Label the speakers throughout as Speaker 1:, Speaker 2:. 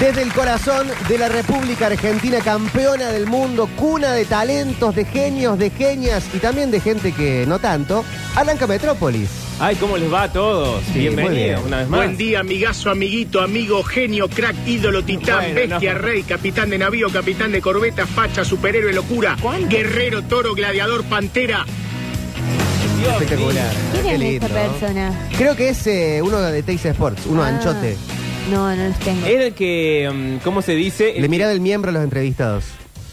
Speaker 1: Desde el corazón de la República Argentina, campeona del mundo, cuna de talentos, de genios, de genias y también de gente que no tanto, arranca Metrópolis.
Speaker 2: Ay, ¿cómo les va a todos?
Speaker 1: Sí, muy bien.
Speaker 2: Bienvenidos una vez más.
Speaker 3: Buen día, amigazo, amiguito, amigo, genio, crack, ídolo, titán,
Speaker 2: Bueno,
Speaker 3: bestia,
Speaker 2: no.
Speaker 3: rey, capitán de navío, capitán de corbeta, facha, superhéroe, locura,
Speaker 2: ¿Cuánto?
Speaker 3: guerrero, toro, gladiador, pantera.
Speaker 2: Dios
Speaker 1: Espectacular.
Speaker 2: mío.
Speaker 1: Qué
Speaker 4: ¿Quién es
Speaker 1: lindo.
Speaker 4: esta persona?
Speaker 1: Creo que es eh, uno de Teis Sports, uno
Speaker 4: Ah.
Speaker 1: anchote.
Speaker 4: No, no los tengo.
Speaker 2: Era el que, mm, ¿cómo se dice? El-
Speaker 1: Le miraba el miembro a los entrevistados.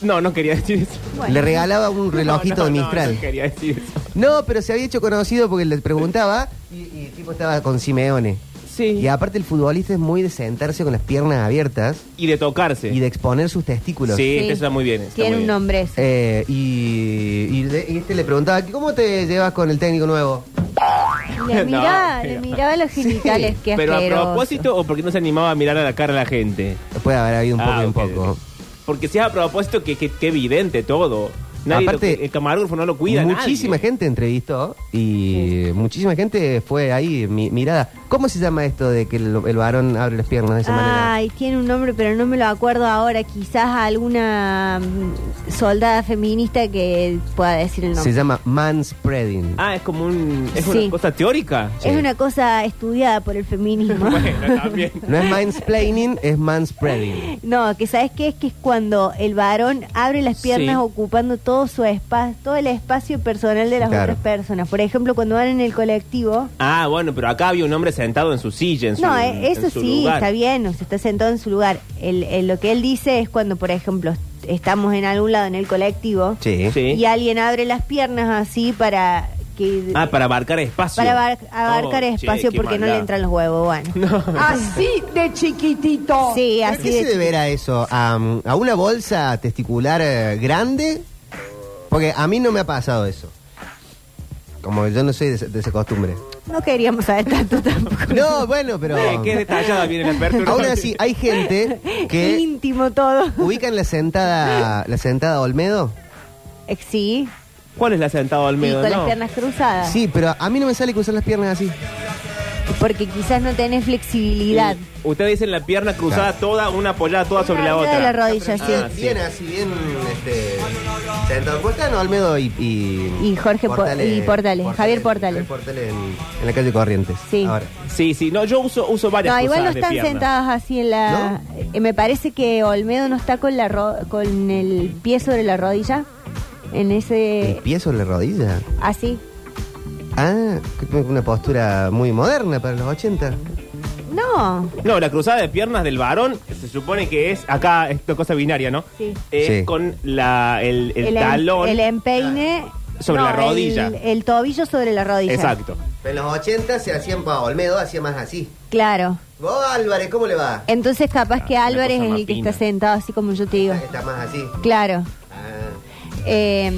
Speaker 2: No, no quería decir eso.
Speaker 4: Bueno.
Speaker 1: Le regalaba un relojito
Speaker 2: No, no,
Speaker 1: de
Speaker 2: no,
Speaker 1: Mistral.
Speaker 2: No, quería decir eso.
Speaker 1: No, pero se había hecho conocido porque le preguntaba y, y el tipo estaba con Simeone.
Speaker 2: Sí.
Speaker 1: Y aparte el futbolista es muy de sentarse con las piernas abiertas
Speaker 2: Y de tocarse.
Speaker 1: y de exponer sus testículos.
Speaker 2: Sí, este está muy bien. está
Speaker 4: Tiene
Speaker 2: muy
Speaker 4: un
Speaker 2: bien.
Speaker 4: nombre ese.
Speaker 1: Eh, y, y de- y este le preguntaba, ¿cómo te llevas con el técnico nuevo?
Speaker 4: Le miraba,
Speaker 2: No,
Speaker 4: le
Speaker 2: pero-
Speaker 4: miraba los genitales, que
Speaker 2: Pero
Speaker 4: asqueroso.
Speaker 2: a propósito o porque no se animaba a mirar a la cara a la gente.
Speaker 1: Puede haber habido un poco
Speaker 2: Ah,
Speaker 1: y un
Speaker 2: ok,
Speaker 1: poco.
Speaker 2: ok. Porque si es a propósito, que, que, que evidente todo. Nadie
Speaker 1: Aparte,
Speaker 2: lo- el camarógrafo no lo cuida.
Speaker 1: muchísima
Speaker 2: nadie.
Speaker 1: gente entrevistó y muchísima gente fue ahí mi- mirada. ¿Cómo se llama esto de que el, el varón abre las piernas de esa manera?
Speaker 4: Ay, tiene un nombre, pero no me lo acuerdo ahora. Quizás alguna mm, soldada feminista que pueda decir el
Speaker 1: Se
Speaker 4: nombre.
Speaker 1: llama manspreading.
Speaker 2: Ah, es como un. Es
Speaker 4: Sí.
Speaker 2: una cosa teórica.
Speaker 4: Es una cosa estudiada por el feminismo.
Speaker 2: Bueno, también.
Speaker 1: No es mansplaining, es manspreading.
Speaker 4: No, que sabes qué es que es cuando el varón abre las
Speaker 2: Sí.
Speaker 4: piernas ocupando todo su espacio, todo el espacio personal de las
Speaker 1: Claro.
Speaker 4: otras personas. Por ejemplo, cuando van en el colectivo,
Speaker 2: Ah, bueno, pero acá había un hombre sentado en su silla, en su
Speaker 4: No, eh,
Speaker 2: en
Speaker 4: eso
Speaker 2: su
Speaker 4: sí,
Speaker 2: lugar.
Speaker 4: está bien, o sea, está sentado en su lugar. El- el- lo que él dice es cuando, por ejemplo, est- estamos en algún lado en el colectivo
Speaker 1: Sí.
Speaker 2: Sí.
Speaker 4: y alguien abre las piernas así para que
Speaker 2: Ah, para abarcar espacio.
Speaker 4: para abar- abarcar
Speaker 2: Oh, che,
Speaker 4: espacio
Speaker 2: qué
Speaker 4: porque no
Speaker 2: maldad.
Speaker 4: le entran los huevos, bueno.
Speaker 5: Así de chiquitito.
Speaker 4: Sí,
Speaker 1: ¿A
Speaker 4: así
Speaker 1: qué se
Speaker 4: de
Speaker 1: deberá eso? ¿A, um, a una bolsa testicular eh, grande? Porque a mí no me ha pasado eso. Como yo no soy de, ese- de esa costumbre.
Speaker 4: chiquito. No queríamos saber tanto tampoco.
Speaker 1: No, bueno, pero...
Speaker 2: Eh, qué detallada viene la apertura.
Speaker 1: Aún así, hay gente que...
Speaker 4: Íntimo todo.
Speaker 1: ¿Ubican la sentada, la sentada Olmedo?
Speaker 4: Eh, Sí,
Speaker 2: ¿Cuál es la sentada al
Speaker 4: y
Speaker 2: medio?
Speaker 4: con las piernas cruzadas.
Speaker 1: Sí, pero a mí no me sale cruzar las piernas así.
Speaker 4: Porque quizás no tenés flexibilidad.
Speaker 2: Ustedes dicen la pierna cruzada toda, una apoyada toda sobre la
Speaker 4: Una
Speaker 2: otra.
Speaker 4: de la rodilla, sí.
Speaker 2: Ah,
Speaker 1: bien así, bien... Este, sentado. ¿Por qué no, Olmedo y... Y,
Speaker 4: Y Jorge Po- y Portales, Javier Portales.
Speaker 1: Javier Portales en, en la calle Corrientes.
Speaker 4: Sí.
Speaker 1: Ahora.
Speaker 2: Sí, sí, no, yo uso, uso varias
Speaker 4: No, igual no
Speaker 2: cruzadas de
Speaker 4: están
Speaker 2: pierna.
Speaker 4: sentadas así en la... Eh, me parece que Olmedo no está con la ro- con el pie sobre la rodilla. En
Speaker 1: ¿El
Speaker 4: ese...
Speaker 1: pie sobre la rodilla?
Speaker 4: Así.
Speaker 1: Ah, una postura muy moderna para los 80.
Speaker 4: No.
Speaker 2: No, la cruzada de piernas del varón se supone que es, acá es una cosa binaria, ¿no?
Speaker 4: Sí.
Speaker 2: Es
Speaker 1: Sí.
Speaker 2: con la, el, el
Speaker 4: em-
Speaker 2: talón. Ah,
Speaker 4: El empeine...
Speaker 2: Sobre la
Speaker 4: el-
Speaker 2: rodilla.
Speaker 4: El, tobillo sobre la rodilla.
Speaker 2: Exacto.
Speaker 1: En los 80 se hacían para Olmedo, hacía más así.
Speaker 4: Claro.
Speaker 1: Vos, Álvarez, ¿cómo le va?
Speaker 4: Entonces capaz que
Speaker 2: Ah, una
Speaker 4: Álvarez
Speaker 2: cosa
Speaker 4: es
Speaker 2: más
Speaker 4: el que
Speaker 2: fina.
Speaker 4: está sentado así como yo te digo.
Speaker 1: Está más así. Ah.
Speaker 4: Claro. Eh,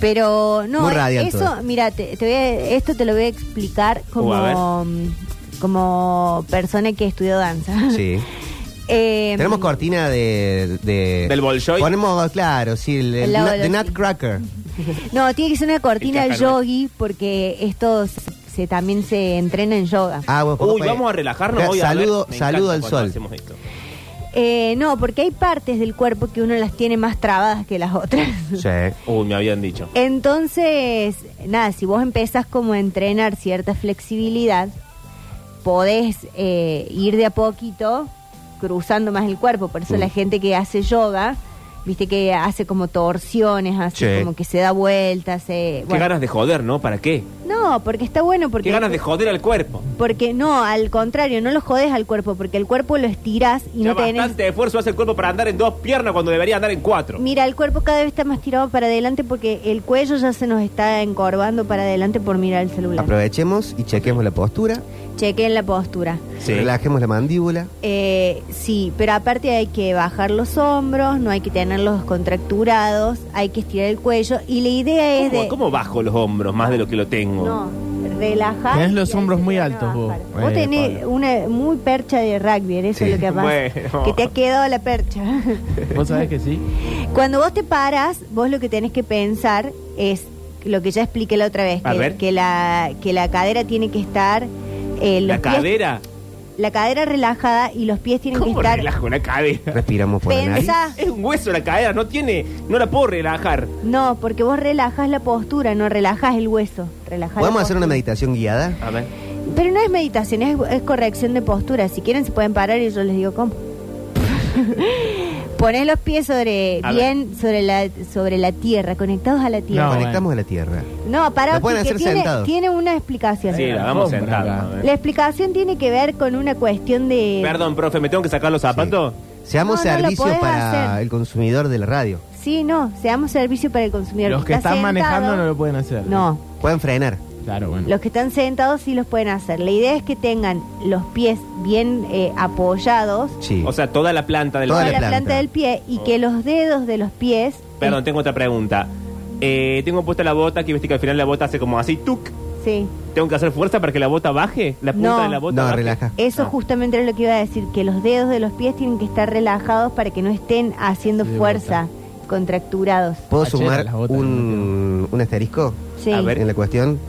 Speaker 4: pero no,
Speaker 1: Muy radial
Speaker 4: eso,
Speaker 1: todo.
Speaker 4: mira, te, te voy a- esto te lo voy a explicar
Speaker 2: Uh,
Speaker 4: como,
Speaker 2: a
Speaker 4: como persona que estudió danza.
Speaker 1: Sí.
Speaker 4: Eh,
Speaker 1: Tenemos cortina de, de-
Speaker 2: Del Bolshoi.
Speaker 1: Ponemos, claro, sí, el, el
Speaker 4: El lado
Speaker 1: nut-
Speaker 4: de
Speaker 1: de
Speaker 4: los-
Speaker 1: Nutcracker.
Speaker 4: No, tiene que ser una cortina
Speaker 2: El
Speaker 4: al
Speaker 2: cajanuel.
Speaker 4: yogi porque esto se, se- también se entrena en yoga.
Speaker 1: Ah, bueno,
Speaker 2: Uy,
Speaker 1: papá,
Speaker 2: vamos a
Speaker 1: ya,
Speaker 2: relajarnos hoy. a ver.
Speaker 1: Saludo,
Speaker 2: Me
Speaker 1: saludo
Speaker 2: encanta
Speaker 1: al
Speaker 2: cuando
Speaker 1: sol.
Speaker 2: hacemos esto.
Speaker 4: Eh, no, porque hay partes del cuerpo que uno las tiene más trabadas que las otras.
Speaker 1: Sí.
Speaker 2: Uy, me habían dicho.
Speaker 4: Entonces, nada, si vos empezás como a entrenar cierta flexibilidad, podés eh, ir de a poquito cruzando más el cuerpo. Por
Speaker 2: Mm.
Speaker 4: eso la gente que hace yoga, viste que hace como torsiones, así
Speaker 1: Sí.
Speaker 4: como que se da vueltas. se-
Speaker 2: Qué
Speaker 4: bueno.
Speaker 2: ganas de joder, ¿no? ¿Para qué?
Speaker 4: No, porque está bueno. Porque
Speaker 2: Qué ganas de joder al cuerpo.
Speaker 4: Porque no, al contrario, no lo jodes al cuerpo, porque el cuerpo lo estiras y
Speaker 2: ya
Speaker 4: no tenés.
Speaker 2: bastante esfuerzo hace el cuerpo para andar en dos piernas cuando debería andar en cuatro.
Speaker 4: Mira, el cuerpo cada vez está más tirado para adelante porque el cuello ya se nos está encorvando para adelante por mirar el celular.
Speaker 1: Aprovechemos y chequemos la postura.
Speaker 4: Chequen la postura.
Speaker 2: Sí.
Speaker 1: Relajemos la mandíbula.
Speaker 4: Eh, sí, pero aparte hay que bajar los hombros, no hay que tenerlos contracturados, hay que estirar el cuello y la idea es
Speaker 2: ¿Cómo,
Speaker 4: de.
Speaker 2: cómo bajo los hombros más de lo que lo tengo?
Speaker 4: No, relajar.
Speaker 6: Tenés los
Speaker 4: y ahí
Speaker 6: hombros
Speaker 4: se
Speaker 6: muy
Speaker 4: te van a
Speaker 6: altos vos.
Speaker 4: bajar.
Speaker 6: Eh,
Speaker 4: tenés
Speaker 6: Pablo.
Speaker 4: una muy percha de rugby, eso
Speaker 1: Sí.
Speaker 4: es lo que pasa.
Speaker 2: Bueno.
Speaker 4: Que te ha quedado la percha.
Speaker 6: Vos sabés que sí.
Speaker 4: Cuando vos te paras, vos lo que tenés que pensar es lo que ya expliqué la otra vez,
Speaker 2: A
Speaker 4: que,
Speaker 2: ver.
Speaker 4: que la que la cadera tiene que estar eh, los
Speaker 2: ¿La
Speaker 4: pies-
Speaker 2: cadera?
Speaker 4: la cadera relajada y los pies tienen que
Speaker 2: ¿Cómo
Speaker 4: estar.
Speaker 2: relajo la cadera?
Speaker 1: Respiramos por la nariz.
Speaker 4: Pensá-
Speaker 2: Es un hueso la cadera, no tiene, no la puedo relajar.
Speaker 4: No, porque vos relajas la postura, no relajas el hueso. Relajas la
Speaker 1: ¿Podemos hacer una
Speaker 4: postura.
Speaker 1: meditación guiada?
Speaker 2: A ver.
Speaker 4: Pero no es meditación, es, es corrección de postura. Si quieren se pueden parar y yo les digo cómo. Pones los pies sobre
Speaker 2: A ver.
Speaker 4: bien sobre la sobre la tierra, conestados a la tierra.
Speaker 1: Conectamos a la tierra.
Speaker 4: No, pará,
Speaker 1: Lo pueden
Speaker 4: que
Speaker 1: hacer
Speaker 4: tiene,
Speaker 1: sentados.
Speaker 4: tiene una explicación.
Speaker 2: Sí, la vamos
Speaker 6: alfombra
Speaker 2: sentada.
Speaker 6: acá.
Speaker 2: a ver.
Speaker 4: La explicación tiene que ver con una cuestión de
Speaker 2: Perdón, profe, ¿me tengo que sacar los zapatos?
Speaker 1: Seamos
Speaker 4: No, no lo
Speaker 1: servicios
Speaker 4: podés
Speaker 1: para
Speaker 4: hacer.
Speaker 1: el consumidor de la radio.
Speaker 4: Sí, no, seamos servicio para el consumidor.
Speaker 6: Los que
Speaker 4: Está
Speaker 6: están manejando
Speaker 4: sentado-
Speaker 6: no lo pueden hacer.
Speaker 4: No,
Speaker 1: Pueden frenar.
Speaker 6: Claro, bueno.
Speaker 4: Los que están sentados sí los pueden hacer. La idea es que tengan los pies bien eh, apoyados
Speaker 1: Sí.
Speaker 2: O sea, toda la planta del
Speaker 1: Toda la
Speaker 4: toda la,
Speaker 1: planta.
Speaker 4: planta. del pie y que los dedos de los pies. eh,
Speaker 2: Perdón, tengo otra pregunta. Eh, tengo puesta la bota, que viste que al final la bota hace como así, tuc.
Speaker 4: Sí.
Speaker 2: ¿Tengo que hacer fuerza para que la bota baje? ¿La punta
Speaker 4: No.
Speaker 2: de la bota
Speaker 1: no,
Speaker 2: baje?
Speaker 1: relaja.
Speaker 4: Eso
Speaker 2: Ah.
Speaker 4: justamente era lo que iba a decir, que los dedos de los pies tienen que estar relajados para que no estén haciendo
Speaker 6: Sí,
Speaker 4: fuerza, contracturados.
Speaker 1: ¿Puedo
Speaker 6: Pachera,
Speaker 1: sumar
Speaker 6: las botas,
Speaker 1: un, un asterisco
Speaker 4: Sí.
Speaker 2: A ver.
Speaker 1: en la cuestión?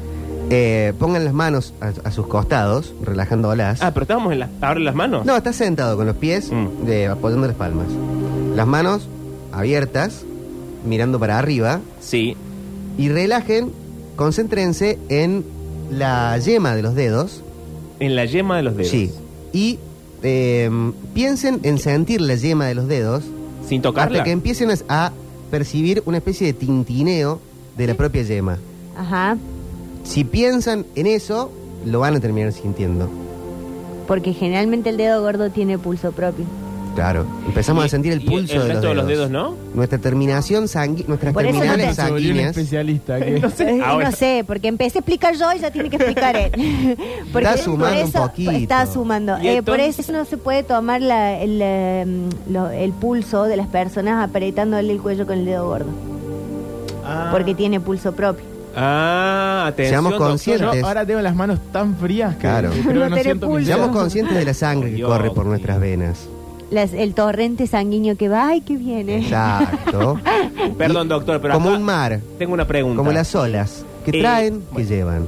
Speaker 1: Eh, pongan las manos a, a sus costados, relajándolas.
Speaker 2: Ah, pero estábamos en las, ahora en las manos.
Speaker 1: No, estás sentado con los pies
Speaker 2: Mm.
Speaker 1: de- apoyando las palmas. Las manos abiertas, mirando para arriba.
Speaker 2: Sí.
Speaker 1: Y relajen, concéntrense en la yema de los dedos.
Speaker 2: En la yema de los dedos.
Speaker 1: Sí. Y eh, piensen en sentir la yema de los dedos
Speaker 2: Sin tocarla.
Speaker 1: hasta que empiecen a- a percibir una especie de tintineo de la propia yema.
Speaker 4: Ajá.
Speaker 1: Si piensan en eso, lo van a terminar sintiendo.
Speaker 4: Porque generalmente el dedo gordo tiene pulso propio.
Speaker 1: Claro. Empezamos
Speaker 2: Y-
Speaker 1: a sentir el
Speaker 2: y
Speaker 1: pulso
Speaker 2: el
Speaker 1: de, los
Speaker 2: resto
Speaker 1: dedos.
Speaker 2: de los dedos, ¿no?
Speaker 1: Nuestra terminación sanguínea, nuestras
Speaker 4: Por eso no te-
Speaker 1: terminales
Speaker 6: Se volvió un
Speaker 1: sanguíneas.
Speaker 6: especialista. que-
Speaker 2: No
Speaker 4: Eh,
Speaker 2: sé, ahora.
Speaker 4: No sé, porque empecé a explicar yo y ya tiene que explicar él. Porque
Speaker 1: Está sumando un
Speaker 4: por eso-
Speaker 1: poquito.
Speaker 4: Está sumando.
Speaker 2: ¿Y
Speaker 4: Eh, por
Speaker 2: entonces?
Speaker 4: eso no se puede tomar la- el, em, lo- el pulso de las personas apretándole el cuello con el dedo gordo.
Speaker 2: Ah.
Speaker 4: Porque tiene pulso propio.
Speaker 2: Ah, atención.
Speaker 1: Seamos
Speaker 2: doctora.
Speaker 1: conscientes.
Speaker 6: Yo ahora tengo las manos tan frías que
Speaker 1: Claro.
Speaker 6: creo que
Speaker 4: No
Speaker 6: no
Speaker 4: tenés
Speaker 6: siento mis
Speaker 4: pulso.
Speaker 1: Seamos
Speaker 6: dedos.
Speaker 1: conscientes de la sangre que
Speaker 2: Dios
Speaker 1: corre por
Speaker 2: mío.
Speaker 1: nuestras venas.
Speaker 4: Las- el torrente sanguíneo que va y que viene.
Speaker 1: Exacto.
Speaker 2: Perdón,
Speaker 1: Y-
Speaker 2: doctor, pero
Speaker 1: Como
Speaker 2: acá
Speaker 1: un mar,
Speaker 2: Tengo una pregunta.
Speaker 1: como las olas, que
Speaker 2: Eh,
Speaker 1: traen, que llevan.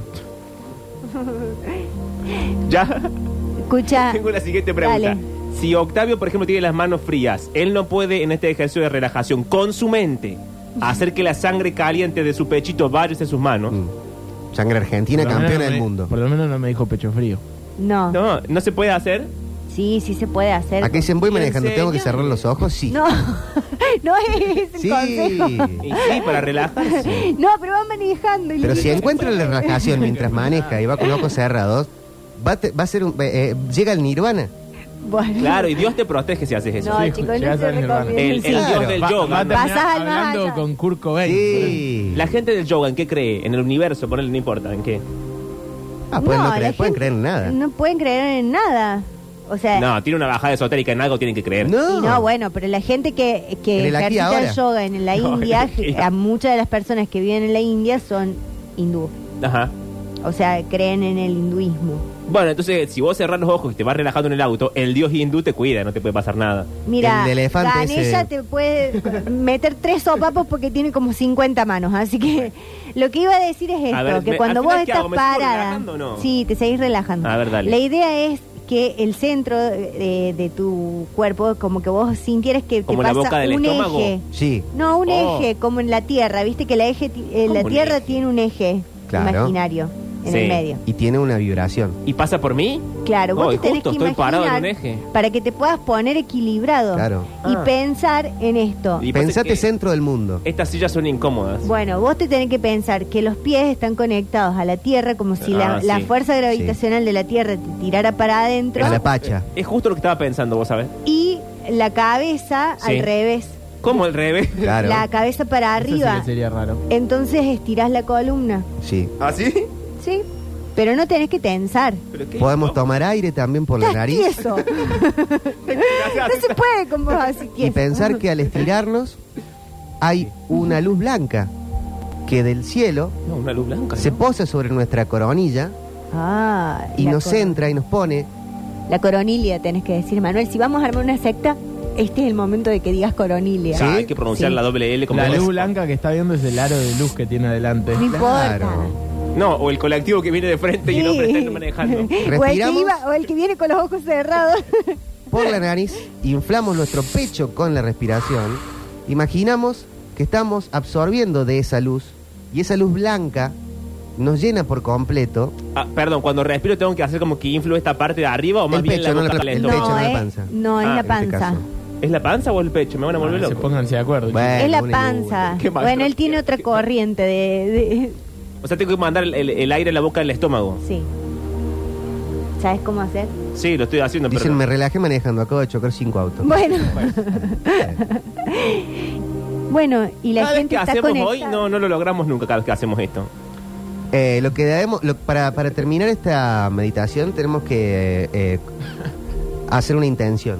Speaker 2: Ya.
Speaker 4: Escucha.
Speaker 2: Tengo la siguiente pregunta.
Speaker 4: Dale.
Speaker 2: Si Octavio, por ejemplo, tiene las manos frías, él no puede en este ejercicio de relajación con su mente hacer que la sangre caliente de su pechito vaya hacia sus manos.
Speaker 1: Mm. Sangre argentina,
Speaker 6: Por lo menos
Speaker 1: campeona
Speaker 6: no
Speaker 1: del
Speaker 6: me-
Speaker 1: mundo.
Speaker 6: Por lo menos no me dijo pecho frío.
Speaker 4: No.
Speaker 2: No, no se puede hacer.
Speaker 4: Sí, sí se puede hacer.
Speaker 1: ¿A qué dicen voy
Speaker 2: ¿Y
Speaker 1: manejando? ¿Tengo que
Speaker 2: enseña?
Speaker 1: cerrar los ojos? Sí.
Speaker 4: No, no es el
Speaker 1: Sí.
Speaker 4: consejo.
Speaker 2: Y sí, para relajarse.
Speaker 4: No, pero van manejando. y
Speaker 1: Pero
Speaker 4: le-
Speaker 1: si encuentra la relajación mientras maneja y va con ojos cerrados, va, a te- va a ser un, eh, eh, llega el nirvana.
Speaker 4: Bueno.
Speaker 2: Claro, y Dios te protege si haces eso.
Speaker 4: No,
Speaker 6: Sí,
Speaker 4: chicos, no
Speaker 6: llegás
Speaker 4: se
Speaker 6: al nirvana.
Speaker 4: recomienda.
Speaker 2: El- el
Speaker 4: Sí.
Speaker 1: Claro.
Speaker 2: Dios del yoga.
Speaker 6: a terminar
Speaker 4: Pasás al más
Speaker 6: hablando
Speaker 4: allá.
Speaker 6: con Kurt Cobain.
Speaker 1: Sí.
Speaker 2: La gente del yoga, ¿en qué cree? ¿En el universo? Ponele, no importa, ¿en qué?
Speaker 1: Ah, pueden no,
Speaker 4: la
Speaker 1: creer, pueden
Speaker 4: gente
Speaker 1: creer en nada.
Speaker 4: No pueden creer en nada. O
Speaker 1: Eh.
Speaker 4: sea,
Speaker 2: No, tiene una bajada esotérica, en algo tienen que creer.
Speaker 4: y no, bueno, pero la gente que, que
Speaker 1: En el aquí
Speaker 4: ejercita
Speaker 1: ahora.
Speaker 4: el yoga en la
Speaker 2: No,
Speaker 4: India,
Speaker 2: en el aquí.
Speaker 4: a muchas de las personas que viven en la India son hindú.
Speaker 2: Ajá.
Speaker 4: O sea, creen en el hinduismo.
Speaker 2: Bueno, entonces, si vos cerrás los ojos y te vas relajando en el auto, el Dios hindú te cuida, no te puede pasar nada.
Speaker 4: Mira,
Speaker 1: El elefante
Speaker 4: Ganella
Speaker 1: ese.
Speaker 4: te puede meter tres sopapos porque tiene como 50 manos. Así que lo que iba a decir es
Speaker 2: A
Speaker 4: esto,
Speaker 2: ver,
Speaker 4: que
Speaker 2: me-
Speaker 4: cuando
Speaker 2: al
Speaker 4: vos
Speaker 2: final, ¿qué
Speaker 4: estás
Speaker 2: hago? ¿Me sigo
Speaker 4: parada...
Speaker 2: relajando o no?
Speaker 4: Sí, te seguís relajando.
Speaker 2: A ver, dale.
Speaker 4: La idea es que el centro eh, de tu cuerpo, como que vos sintieras que
Speaker 2: Como
Speaker 4: te
Speaker 2: la
Speaker 4: pasa
Speaker 2: boca del
Speaker 4: un
Speaker 2: estómago.
Speaker 4: eje.
Speaker 1: Sí,
Speaker 4: No, un
Speaker 2: Oh.
Speaker 4: eje, como en la Tierra. Viste que la, eje, ti- eh, la
Speaker 2: ¿Cómo un
Speaker 4: Tierra
Speaker 2: eje?
Speaker 4: tiene un eje
Speaker 1: Claro.
Speaker 4: imaginario en
Speaker 2: Sí.
Speaker 4: el medio.
Speaker 1: y tiene una vibración.
Speaker 2: ¿Y pasa por mí?
Speaker 4: Claro, vos
Speaker 2: Oh, y
Speaker 4: te tenés
Speaker 2: justo,
Speaker 4: que
Speaker 2: estoy parado en
Speaker 4: imaginar
Speaker 2: un eje.
Speaker 4: para que te puedas poner equilibrado
Speaker 1: Claro.
Speaker 4: y
Speaker 2: Ah.
Speaker 4: pensar en esto.
Speaker 2: Y pasa
Speaker 1: Pensate
Speaker 2: que
Speaker 1: centro del mundo.
Speaker 2: Estas sillas son incómodas.
Speaker 4: Bueno, vos te tenés que pensar que los pies están conectados a la Tierra como si la,
Speaker 2: Ah, sí.
Speaker 4: la fuerza gravitacional de la Tierra te tirara para adentro
Speaker 1: A la pacha.
Speaker 2: Es justo lo que estaba pensando, vos sabés.
Speaker 4: y la cabeza
Speaker 2: Sí.
Speaker 4: al revés,
Speaker 2: ¿Cómo al revés?
Speaker 1: Claro.
Speaker 4: la cabeza para
Speaker 6: Eso sí
Speaker 4: arriba.
Speaker 6: que sería raro.
Speaker 4: Entonces estirás la columna,
Speaker 1: Sí.
Speaker 2: ¿Así?
Speaker 4: ¿sí? Pero no tenés que tensar.
Speaker 2: ¿Pero qué?
Speaker 1: Podemos tomar aire también por la
Speaker 4: Estás
Speaker 1: nariz
Speaker 4: tieso. no se puede como así
Speaker 1: y
Speaker 4: tieso.
Speaker 1: pensar que al estirarnos hay una luz blanca que del cielo
Speaker 2: No, una luz blanca.
Speaker 1: se
Speaker 2: ¿no?
Speaker 1: posa sobre nuestra coronilla
Speaker 4: Ah,
Speaker 1: y
Speaker 4: la
Speaker 1: nos
Speaker 4: cor-
Speaker 1: entra y nos pone
Speaker 4: La coronilia tenés que decir, Manuel. Si vamos a armar una secta, este es el momento de que digas coronilia.
Speaker 2: O sea, hay que pronunciar
Speaker 4: Sí.
Speaker 2: la doble L como
Speaker 6: La
Speaker 2: es.
Speaker 6: luz blanca que está viendo es el aro de luz que tiene adelante.
Speaker 4: No importa.
Speaker 1: Claro.
Speaker 2: No, o el colectivo que viene de frente y el hombre está manejando.
Speaker 4: o, el que
Speaker 1: Respiramos.
Speaker 4: iba- o el que viene con los ojos cerrados.
Speaker 1: por la nariz, inflamos nuestro pecho con la respiración, imaginamos que estamos absorbiendo de esa luz y esa luz blanca nos llena por completo
Speaker 2: Ah, perdón, cuando respiro tengo que hacer como que influo esta parte de arriba o más
Speaker 1: El
Speaker 2: bien
Speaker 1: pecho,
Speaker 2: la
Speaker 1: no la
Speaker 2: boca
Speaker 1: parte- el
Speaker 2: lenta.
Speaker 1: pecho. no la
Speaker 4: eh,
Speaker 1: panza.
Speaker 4: no,
Speaker 2: Ah, en
Speaker 4: es la
Speaker 1: en este
Speaker 4: panza.
Speaker 1: caso.
Speaker 2: ¿Es la panza o el pecho?
Speaker 1: Ah,
Speaker 2: Me van a volver
Speaker 6: se
Speaker 2: loco.
Speaker 6: pónganse de acuerdo.
Speaker 1: Bueno,
Speaker 4: es la
Speaker 1: una y
Speaker 4: panza.
Speaker 1: una.
Speaker 2: Qué macro.
Speaker 4: Bueno, él tiene otra corriente de... de-
Speaker 2: O sea, tengo que mandar el, el- el aire a la boca del estómago.
Speaker 4: sí. ¿Sabes cómo hacer?
Speaker 2: Sí, lo estoy haciendo, pero.
Speaker 1: Dicen, me relajé manejando, acabo de chocar cinco autos.
Speaker 4: Bueno. bueno, y la
Speaker 2: Cada vez
Speaker 4: gente
Speaker 2: que
Speaker 4: está
Speaker 2: hacemos
Speaker 4: conectada.
Speaker 2: hoy, no, no lo logramos nunca cada vez que hacemos esto.
Speaker 1: Eh, lo que debemos- lo- para, para terminar esta meditación tenemos que eh, hacer una intención.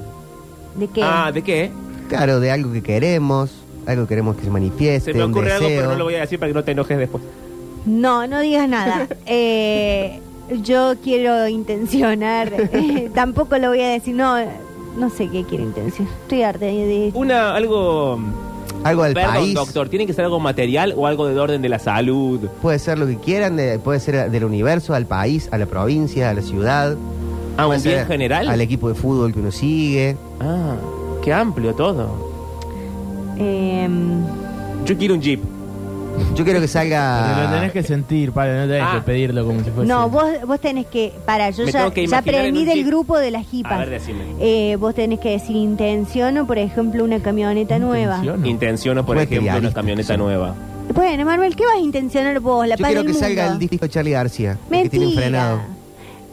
Speaker 4: ¿De qué?
Speaker 2: Ah, ¿de qué?
Speaker 1: Claro, de algo que queremos, algo que queremos que se manifieste,
Speaker 2: Se me
Speaker 1: un
Speaker 2: ocurre algo, pero
Speaker 1: deseo.
Speaker 2: no lo voy a decir para que no te enojes después.
Speaker 4: No, no digas nada. Eh, yo quiero intencionar. eh, tampoco lo voy a decir. No, no sé qué quiero intencionar. Estoy harta de- de
Speaker 2: Una, algo.
Speaker 1: Algo del
Speaker 2: Perdón,
Speaker 1: país.
Speaker 2: doctor, ¿tiene que ser algo material o algo del orden de la salud?
Speaker 1: Puede ser lo que quieran, de- puede ser del universo, al país, a la provincia, a la ciudad.
Speaker 2: Ah,
Speaker 1: puede
Speaker 2: un bien
Speaker 1: ser
Speaker 2: general.
Speaker 1: Al equipo de fútbol que uno sigue.
Speaker 2: Ah, qué amplio todo.
Speaker 4: Eh,
Speaker 2: Yo quiero un jeep.
Speaker 1: Yo quiero que
Speaker 6: Pero lo
Speaker 1: salga.
Speaker 6: tenés que sentir, padre, no tenés
Speaker 2: Ah.
Speaker 6: que pedirlo como si fuese.
Speaker 4: no, vos, vos tenés que. Para, yo
Speaker 2: Me
Speaker 4: ya,
Speaker 2: tengo que
Speaker 4: ya
Speaker 2: imaginar en
Speaker 4: aprendí
Speaker 2: un
Speaker 4: del
Speaker 2: jeep.
Speaker 4: grupo de las
Speaker 2: A ver,
Speaker 4: jipas.
Speaker 2: decime.
Speaker 4: Eh, vos tenés que decir intenciono, por ejemplo, una camioneta nueva.
Speaker 6: Intenciono.
Speaker 2: Intenciono,
Speaker 1: Ah,
Speaker 2: por
Speaker 1: Fue
Speaker 2: ejemplo, una
Speaker 1: materialista,
Speaker 2: camioneta
Speaker 1: sí.
Speaker 2: nueva.
Speaker 4: Bueno, Manuel, ¿qué vas a intencionar vos? La
Speaker 1: Yo
Speaker 4: paz
Speaker 1: quiero
Speaker 4: del
Speaker 1: que salga el
Speaker 4: mundo.
Speaker 1: disco de Charlie García. el Que tiene frenado.
Speaker 4: Mentira.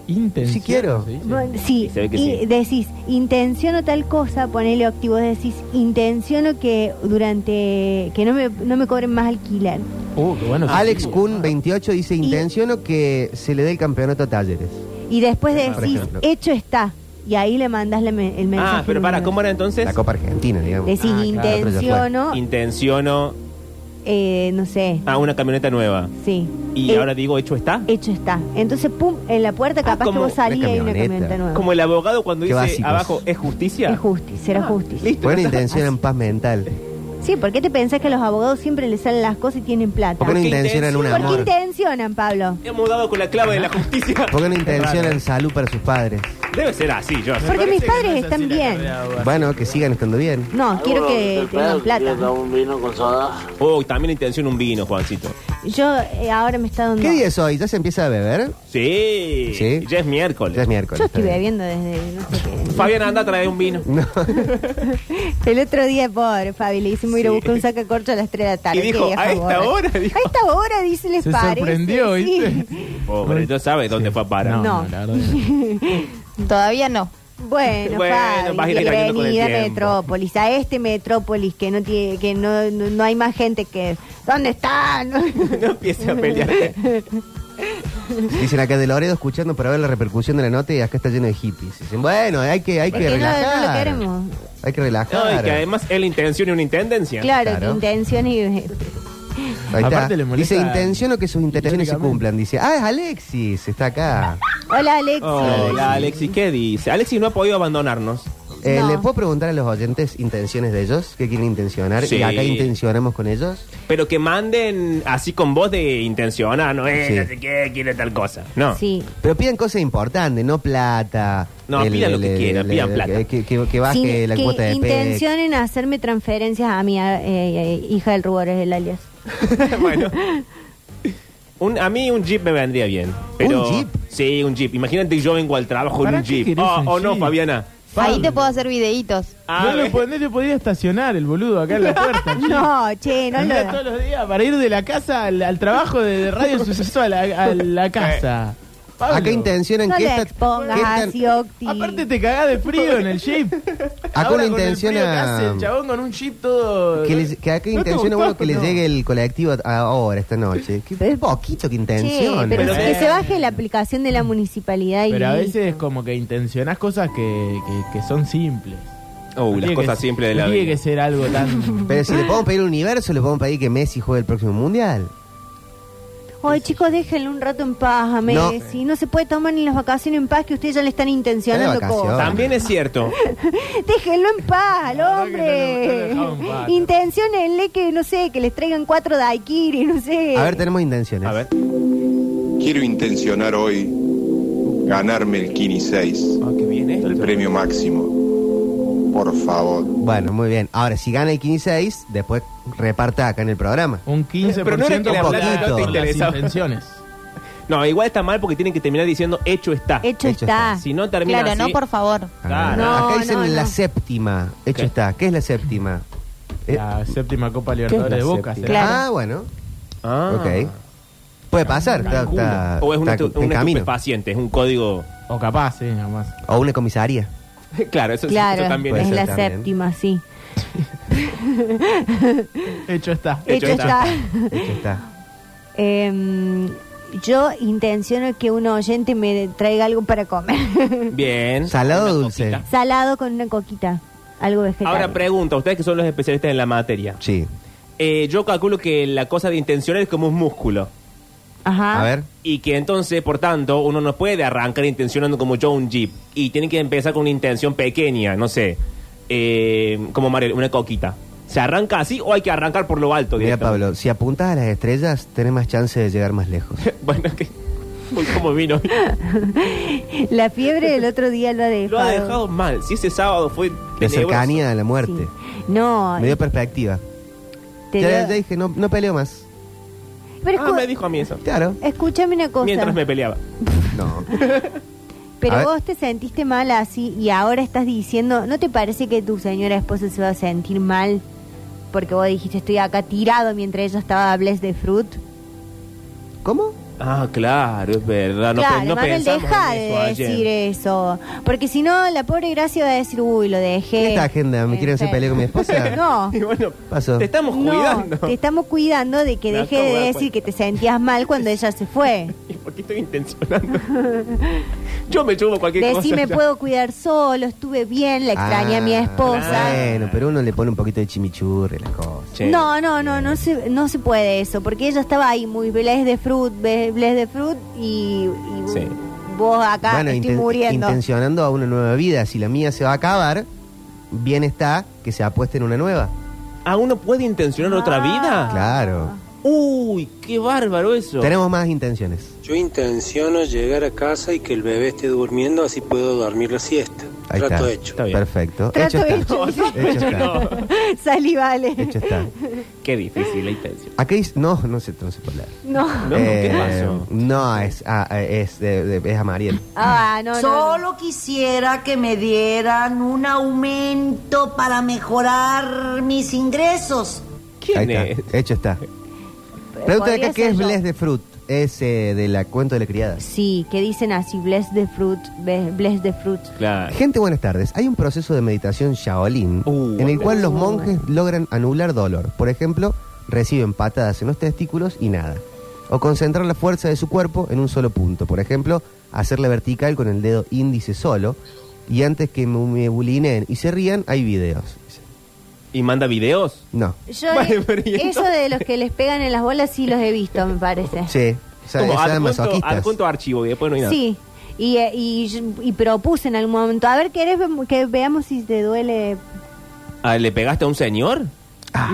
Speaker 6: Intenciono,
Speaker 1: Sí quiero.
Speaker 6: se dice.
Speaker 4: Bueno, sí,
Speaker 2: Y se ve que
Speaker 4: y
Speaker 2: sí.
Speaker 4: decís, intenciono tal cosa, ponele activo, decís, intenciono que durante, que no me, no me cobren más alquiler.
Speaker 6: Uh, qué bueno.
Speaker 1: Alex
Speaker 6: Sí.
Speaker 1: Kuhn, 28, dice:
Speaker 4: Y-
Speaker 1: Intenciono que se le dé el campeonato a Talleres.
Speaker 4: Y después
Speaker 1: Por
Speaker 4: decís,
Speaker 1: ejemplo.
Speaker 4: hecho está. Y ahí le mandas la me- el mensaje.
Speaker 2: Ah, pero para,
Speaker 4: número
Speaker 2: ¿cómo era entonces?
Speaker 1: La Copa Argentina, digamos.
Speaker 4: Decís,
Speaker 6: Ah, claro,
Speaker 1: pero ya fue.
Speaker 4: intenciono,
Speaker 2: Intenciono
Speaker 4: eh, no sé,
Speaker 2: a una camioneta nueva.
Speaker 4: sí.
Speaker 2: Y
Speaker 4: Eh,
Speaker 2: ahora digo, hecho está.
Speaker 4: Hecho está. Entonces, pum, en la puerta capaz que
Speaker 2: como
Speaker 4: vos salís y
Speaker 1: una
Speaker 4: hay una
Speaker 1: camioneta.
Speaker 4: camioneta nueva.
Speaker 2: Como el abogado cuando
Speaker 1: Qué
Speaker 2: dice
Speaker 1: básicos.
Speaker 2: abajo, ¿es justicia?
Speaker 4: Es justicia, será
Speaker 2: Ah,
Speaker 4: justicia.
Speaker 2: listo.
Speaker 1: Buena intención en paz mental.
Speaker 4: Sí, ¿por qué te pensás que a los abogados siempre les salen las cosas y tienen plata?
Speaker 1: ¿Por qué no
Speaker 2: Porque
Speaker 1: intencionan un
Speaker 2: intención-
Speaker 4: ¿Por qué
Speaker 1: amor?
Speaker 4: intencionan, Pablo?
Speaker 2: Hemos dado con la clave de la justicia.
Speaker 1: ¿Por qué no intencionan salud para sus padres?
Speaker 2: Debe ser así, yo.
Speaker 4: Porque mis
Speaker 6: No
Speaker 4: padres
Speaker 6: es así
Speaker 4: están
Speaker 6: la
Speaker 4: bien.
Speaker 6: carrera, bueno.
Speaker 1: Bueno, que sigan estando bien.
Speaker 4: No, quiero que tengan plata.
Speaker 7: un vino con soda.
Speaker 2: Oh, también intención un vino, Juancito.
Speaker 4: Yo eh, ahora me está dando.
Speaker 1: ¿Qué día es hoy? ¿Ya se empieza a beber?
Speaker 2: Sí.
Speaker 1: Sí.
Speaker 2: Ya es miércoles.
Speaker 1: Ya es miércoles.
Speaker 4: Yo estoy
Speaker 1: está bien.
Speaker 4: bebiendo desde no sé
Speaker 2: Fabián, anda a traer un vino.
Speaker 4: qué. El otro día, pobre Fabi, le hicimos ir a
Speaker 2: Sí.
Speaker 4: buscar un sacacorcho a las 3 de la tarde.
Speaker 2: Y dijo,
Speaker 4: Qué vieja
Speaker 2: "A esta
Speaker 4: gorda".
Speaker 2: hora", dijo.
Speaker 4: A esta hora, dice, les
Speaker 6: Se
Speaker 4: parece.
Speaker 6: sorprendió,
Speaker 4: sí.
Speaker 6: ¿viste?
Speaker 2: Pobre, no sabes dónde fue a parar.
Speaker 6: No,
Speaker 4: No.
Speaker 6: no, la verdad que no.
Speaker 8: Todavía no.
Speaker 4: Bueno,
Speaker 2: Bueno, vas a
Speaker 4: Fabi,
Speaker 2: ir cayendo con el
Speaker 4: bienvenida a
Speaker 2: tiempo.
Speaker 4: Metrópolis, a este Metrópolis que no tiene, que no, no, no hay más gente que. ¿Dónde están?
Speaker 2: No empieces a pelear.
Speaker 1: Dicen acá de Loredo escuchando para ver la repercusión de la nota y acá está lleno de hippies. Dicen, bueno, hay que, hay que
Speaker 4: Porque no- no lo
Speaker 1: relajar.
Speaker 4: queremos.
Speaker 1: Hay que
Speaker 2: No,
Speaker 1: relajar.
Speaker 2: y que además es la intención y una intendencia.
Speaker 4: claro,
Speaker 1: Claro.
Speaker 4: que intención y.
Speaker 1: Ahí está.
Speaker 6: Aparte le molesta-
Speaker 1: Dice, intenciono que sus intenciones se
Speaker 6: Irónicamente.
Speaker 1: cumplan. Dice, ah, es Alexis, está acá.
Speaker 4: Hola, Alexis.
Speaker 2: Hola, Alexis, ¿qué dice? Alexis no ha podido abandonarnos.
Speaker 1: Eh,
Speaker 4: No.
Speaker 1: ¿Le puedo preguntar a los oyentes intenciones de ellos? ¿Qué quieren intencionar?
Speaker 2: Sí.
Speaker 1: Y acá intencionamos con ellos.
Speaker 2: Pero que manden así con voz de intención. Ah, no, eh,
Speaker 1: Sí.
Speaker 2: no sé qué, quiere tal cosa. No.
Speaker 4: Sí.
Speaker 1: Pero pidan cosas importantes, no plata.
Speaker 2: No, pidan lo que quieran, pidan plata.
Speaker 1: Que, que- que baje
Speaker 4: Sin-
Speaker 1: la
Speaker 4: que
Speaker 1: cuota de PEC.
Speaker 4: intencionen hacerme transferencias a mi a- eh, eh, hija del rubor es el alias.
Speaker 2: bueno. Un- a mí un jeep me vendría bien. Pero,
Speaker 1: ¿Un Jeep?
Speaker 2: Sí, un jeep. Imagínate que yo vengo al trabajo en
Speaker 6: ¿Para
Speaker 2: un
Speaker 6: qué
Speaker 2: jeep.
Speaker 6: querés
Speaker 2: Oh,
Speaker 6: un
Speaker 2: oh, no,
Speaker 6: Jeep?
Speaker 2: Fabiana.
Speaker 8: Ahí te puedo hacer videitos.
Speaker 2: A
Speaker 6: no,
Speaker 2: ver.
Speaker 6: lo pod- no te podía estacionar el boludo acá en la puerta. chico.
Speaker 4: No, che, no
Speaker 6: Andá
Speaker 4: lo.
Speaker 6: todos los días para ir de la casa al, al trabajo de, de Radio Suceso a la, a la casa. Pablo.
Speaker 1: Eh, Acá intencionan
Speaker 4: No
Speaker 1: que
Speaker 4: lo
Speaker 1: esta-
Speaker 4: expongas
Speaker 1: que esta-
Speaker 4: así, Octi.
Speaker 6: Aparte te cagás de frío en el jeep. Ahora con
Speaker 1: uno
Speaker 6: el frío
Speaker 1: intenciona-
Speaker 6: que hace el chabón con un jeep todo...
Speaker 1: Que, les, que acá
Speaker 6: ¿No te
Speaker 1: intenciona
Speaker 6: gustó?
Speaker 1: uno que les
Speaker 6: No.
Speaker 1: llegue el colectivo a- ahora, esta noche. Que es poquito que
Speaker 4: Che,
Speaker 1: intenciona.
Speaker 4: pero
Speaker 2: Pero
Speaker 4: que
Speaker 2: sí.
Speaker 4: se baje la aplicación de la municipalidad y.
Speaker 6: Pero a veces es como que intencionás cosas que, que- que son simples.
Speaker 2: Uh,
Speaker 6: No
Speaker 2: las
Speaker 6: tiene
Speaker 2: cosas
Speaker 6: que-
Speaker 2: simples de la
Speaker 6: no tiene
Speaker 2: vida.
Speaker 6: que ser algo tan...
Speaker 1: Pero si le podemos pedir un universo, le podemos pedir que Messi juegue el próximo mundial.
Speaker 4: Ay, chicos, déjenlo un rato en paz a Messi. No. se puede tomar ni las vacaciones en paz que ustedes ya le están intencionando
Speaker 1: Está de vacaciones.
Speaker 4: cosas.
Speaker 2: También es cierto.
Speaker 4: Déjenlo en paz al
Speaker 6: La verdad que no lo- no lo
Speaker 4: hombre.
Speaker 6: dejamos en paz.
Speaker 4: Intenciónenle que, no sé, que les traigan cuatro daiquiri, no sé.
Speaker 1: A ver, tenemos intenciones.
Speaker 2: A ver.
Speaker 7: Quiero intencionar hoy ganarme el Kini 6,
Speaker 2: Ah, qué bien esto.
Speaker 7: el premio máximo. Por favor.
Speaker 1: Bueno, muy bien. Ahora, si gana el 15-6, después reparta acá en el programa.
Speaker 6: Un 15%
Speaker 2: Pero no era que la
Speaker 6: por
Speaker 1: plata
Speaker 6: la-
Speaker 1: no te
Speaker 6: por las
Speaker 2: interesaba.
Speaker 6: intenciones.
Speaker 2: No, igual está mal porque tienen que terminar diciendo hecho está.
Speaker 4: Hecho,
Speaker 1: Hecho
Speaker 4: está.
Speaker 1: está.
Speaker 2: Si no termina
Speaker 8: Claro,
Speaker 2: así,
Speaker 8: no, por favor.
Speaker 1: Ah,
Speaker 2: Claro.
Speaker 1: Acá
Speaker 4: No,
Speaker 1: dicen
Speaker 4: no,
Speaker 1: la
Speaker 4: no.
Speaker 1: séptima. Hecho
Speaker 2: ¿Qué?
Speaker 1: está. ¿Qué es la séptima? Eh,
Speaker 6: La séptima Copa Libertadores de Boca.
Speaker 2: séptima?
Speaker 6: será.
Speaker 8: Claro.
Speaker 1: Ah, bueno.
Speaker 2: Ah.
Speaker 1: Ok. Puede pasar. Está,
Speaker 2: Calculo.
Speaker 1: está-
Speaker 2: o es un,
Speaker 1: está
Speaker 2: estu-
Speaker 1: en
Speaker 2: un
Speaker 1: camino.
Speaker 2: estupefaciente, es un código.
Speaker 6: O capaz, eh, sí, nomás.
Speaker 1: O una comisaría.
Speaker 2: claro, eso, eso
Speaker 4: Claro,
Speaker 2: también
Speaker 1: Puede
Speaker 4: es
Speaker 1: ser
Speaker 4: la
Speaker 1: también.
Speaker 4: séptima, sí.
Speaker 6: Hecho está.
Speaker 2: Hecho
Speaker 4: Hecho,
Speaker 2: está.
Speaker 4: está.
Speaker 1: Hecho está.
Speaker 4: Em, yo intenciono que un oyente me traiga algo para comer.
Speaker 2: Bien.
Speaker 1: Salado o
Speaker 2: Una
Speaker 1: dulce.
Speaker 2: coquita.
Speaker 4: Salado con una coquita. Algo vegetal.
Speaker 2: Ahora pregunta, ustedes que son los especialistas en la materia.
Speaker 1: Sí.
Speaker 2: Eh, yo calculo que la cosa de intencionar es como un músculo.
Speaker 4: Ajá.
Speaker 1: A ver.
Speaker 2: Y que entonces, por tanto, uno no puede arrancar intencionando como yo un jeep. Y tiene que empezar con una intención pequeña, no sé. eh, como Mariel, una coquita. ¿Se arranca así o hay que arrancar por lo alto?
Speaker 1: Mira,
Speaker 2: directamente?
Speaker 1: Pablo, si apuntas a las estrellas, tenés más chance de llegar más lejos.
Speaker 2: bueno, que. Uy, ¿Cómo vino?
Speaker 4: La fiebre del otro día lo ha dejado.
Speaker 2: Lo ha dejado mal. Si ese sábado fue.
Speaker 1: La
Speaker 2: tenebroso.
Speaker 1: cercanía a la
Speaker 4: Sí.
Speaker 1: muerte.
Speaker 4: No,
Speaker 1: Me dio perspectiva.
Speaker 4: te
Speaker 1: ya,
Speaker 4: dio-
Speaker 1: ya dije, no, no peleo más.
Speaker 4: pero
Speaker 2: Ah,
Speaker 4: escu-
Speaker 2: me dijo a mí eso.
Speaker 1: Claro.
Speaker 4: escúchame una cosa.
Speaker 2: Mientras me peleaba.
Speaker 1: No. A
Speaker 4: Pero
Speaker 1: ver.
Speaker 4: vos te sentiste mal así y ahora estás diciendo, ¿no te parece que tu señora esposa se va a sentir mal? Porque vos dijiste, estoy acá tirado mientras ella estaba a Bless de Fruit.
Speaker 1: ¿Cómo?
Speaker 2: Ah, claro, es verdad. Ah, No, pe-
Speaker 4: claro,
Speaker 2: no
Speaker 4: Manuel,
Speaker 2: pensamos
Speaker 4: deja
Speaker 2: en
Speaker 4: de
Speaker 2: eso ayer.
Speaker 4: decir eso. Porque si no, la pobre Gracia va a decir, uy, lo dejé.
Speaker 1: ¿Qué es esta agenda? ¿Me quieren hacer pelear con mi esposa?
Speaker 4: Eh, este. No.
Speaker 2: Y bueno,
Speaker 1: Pasó.
Speaker 2: te estamos
Speaker 4: no,
Speaker 2: cuidando.
Speaker 4: Te estamos cuidando de que
Speaker 2: Me
Speaker 4: deje
Speaker 2: acabo de
Speaker 4: de
Speaker 2: dar
Speaker 4: decir
Speaker 2: cuenta.
Speaker 4: que te sentías mal cuando ella se fue.
Speaker 2: ¿Y por qué estoy intencionando? Yo me chupo cualquier cosa.
Speaker 4: Decime,
Speaker 2: ya.
Speaker 4: puedo cuidar solo, estuve bien, la extrañé a mi
Speaker 1: Ah,
Speaker 4: esposa.
Speaker 1: Bueno, pero uno le pone un poquito de chimichurri a las cosas.
Speaker 2: Che,
Speaker 4: No, no, no, no se, no se puede eso, porque ella estaba ahí muy bless de fruit, be- bless de fruit y, y
Speaker 2: Sí.
Speaker 4: vos acá
Speaker 1: bueno,
Speaker 4: estoy
Speaker 1: inten-
Speaker 4: muriendo.
Speaker 1: intencionando a una nueva vida. Si la mía se va a acabar, bien está que se apueste en una nueva.
Speaker 2: ¿A uno puede intencionar otra
Speaker 4: Ah.
Speaker 2: vida?
Speaker 1: Claro.
Speaker 2: Uy, qué bárbaro eso.
Speaker 1: Tenemos más intenciones.
Speaker 9: Yo intenciono llegar a casa y que el bebé esté durmiendo, así puedo dormir la siesta.
Speaker 1: Ahí
Speaker 9: Trato
Speaker 1: está.
Speaker 9: hecho.
Speaker 2: Está bien.
Speaker 1: Perfecto.
Speaker 4: Trato
Speaker 1: hecho
Speaker 4: hecho.
Speaker 1: está. hecho está.
Speaker 4: Salí, vale.
Speaker 1: Hecho está.
Speaker 2: Qué difícil la intención.
Speaker 1: Aquí dice- no, no sé, no se puede leer.
Speaker 4: No.
Speaker 2: No,
Speaker 1: Eh,
Speaker 2: ¿qué pasó?
Speaker 1: No, es, ah, eh, es, de- de- es a Mariel.
Speaker 4: Ah, no, no, no.
Speaker 10: Solo quisiera que me dieran un aumento para mejorar mis ingresos.
Speaker 2: ¿Quién
Speaker 1: Ahí
Speaker 2: es?
Speaker 1: está. Hecho está. Pregunta
Speaker 4: Podría
Speaker 1: acá qué
Speaker 4: ser
Speaker 1: es
Speaker 4: yo.
Speaker 1: Bless de Fruit. Es eh, de la cuento de la criada.
Speaker 4: Sí, que dicen así, bless the fruit, be- bless the fruit.
Speaker 2: Claro.
Speaker 1: Gente, buenas tardes. Hay un proceso de meditación Shaolin
Speaker 2: Uh,
Speaker 1: en el cual los
Speaker 4: uh.
Speaker 1: monjes logran anular dolor. Por ejemplo, reciben patadas en los testículos y nada. O concentrar la fuerza de su cuerpo en un solo punto. Por ejemplo, hacerla vertical con el dedo índice solo. Y antes que me, me bulineen y se rían, hay videos.
Speaker 2: ¿Y manda videos?
Speaker 1: No.
Speaker 4: Yo,
Speaker 2: Vale,
Speaker 4: eh,
Speaker 2: pero ¿y
Speaker 4: eso de los que les pegan en las bolas sí los he visto, me parece.
Speaker 1: Sí. O sea,
Speaker 2: Como
Speaker 1: esas
Speaker 2: adjunto,
Speaker 1: masoquistas.
Speaker 2: adjunto archivo y después no hay nada.
Speaker 4: Sí, y, eh, y, y propuse en algún momento, a ver, ¿querés ve- que veamos si te duele?
Speaker 2: Ah, ¿Le pegaste a un señor?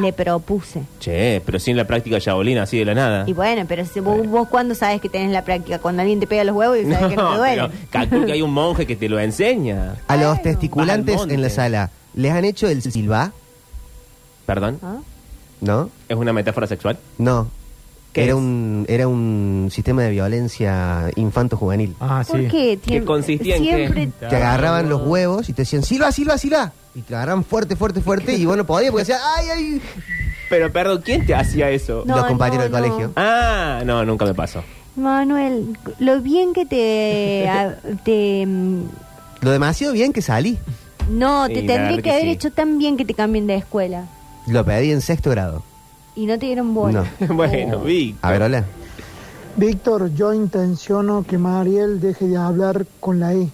Speaker 4: Le propuse.
Speaker 2: Che, pero sin la práctica yabolina, así de la nada.
Speaker 4: Y bueno, pero si vos, vos cuándo sabes que tenés la práctica, cuando alguien te pega los huevos y sabes que no te duele.
Speaker 2: pero calculo que hay un monje que te lo enseña.
Speaker 1: A los testiculantes
Speaker 2: Vas al
Speaker 1: en la
Speaker 2: monte.
Speaker 1: sala, ¿les han hecho el silba?
Speaker 2: Perdón,
Speaker 4: ¿Ah?
Speaker 1: ¿No?
Speaker 2: ¿es una metáfora sexual?
Speaker 1: No.
Speaker 2: ¿Qué
Speaker 1: Era
Speaker 2: es?
Speaker 1: un, era un sistema de violencia infanto-juvenil.
Speaker 6: Ah, sí.
Speaker 4: ¿Por qué? Tiem-
Speaker 2: Que consistía en
Speaker 4: siempre
Speaker 2: que-
Speaker 1: Te agarraban los huevos y te decían, silba, silba, silba. Y te agarraban fuerte, fuerte, fuerte. Y vos no podías porque decías, ay, ay.
Speaker 2: Pero perdón, ¿quién te hacía eso?
Speaker 4: No,
Speaker 1: los compañeros
Speaker 4: no,
Speaker 1: del
Speaker 4: no.
Speaker 1: colegio.
Speaker 2: Ah, no, nunca me pasó.
Speaker 4: Manuel, lo bien que te... a- te mm,
Speaker 1: Lo demasiado bien que salí.
Speaker 4: no,
Speaker 2: Sí,
Speaker 4: te
Speaker 2: la
Speaker 4: tendría
Speaker 2: verdad
Speaker 4: que,
Speaker 2: que
Speaker 4: haber
Speaker 2: sí.
Speaker 4: hecho tan bien que te cambien de escuela.
Speaker 1: Lo pedí en sexto grado.
Speaker 4: Y no te dieron bola.
Speaker 1: No.
Speaker 4: Oh.
Speaker 2: bueno, vi.
Speaker 1: A ver, hola.
Speaker 11: Víctor, yo intenciono que Mariel deje de hablar con la E.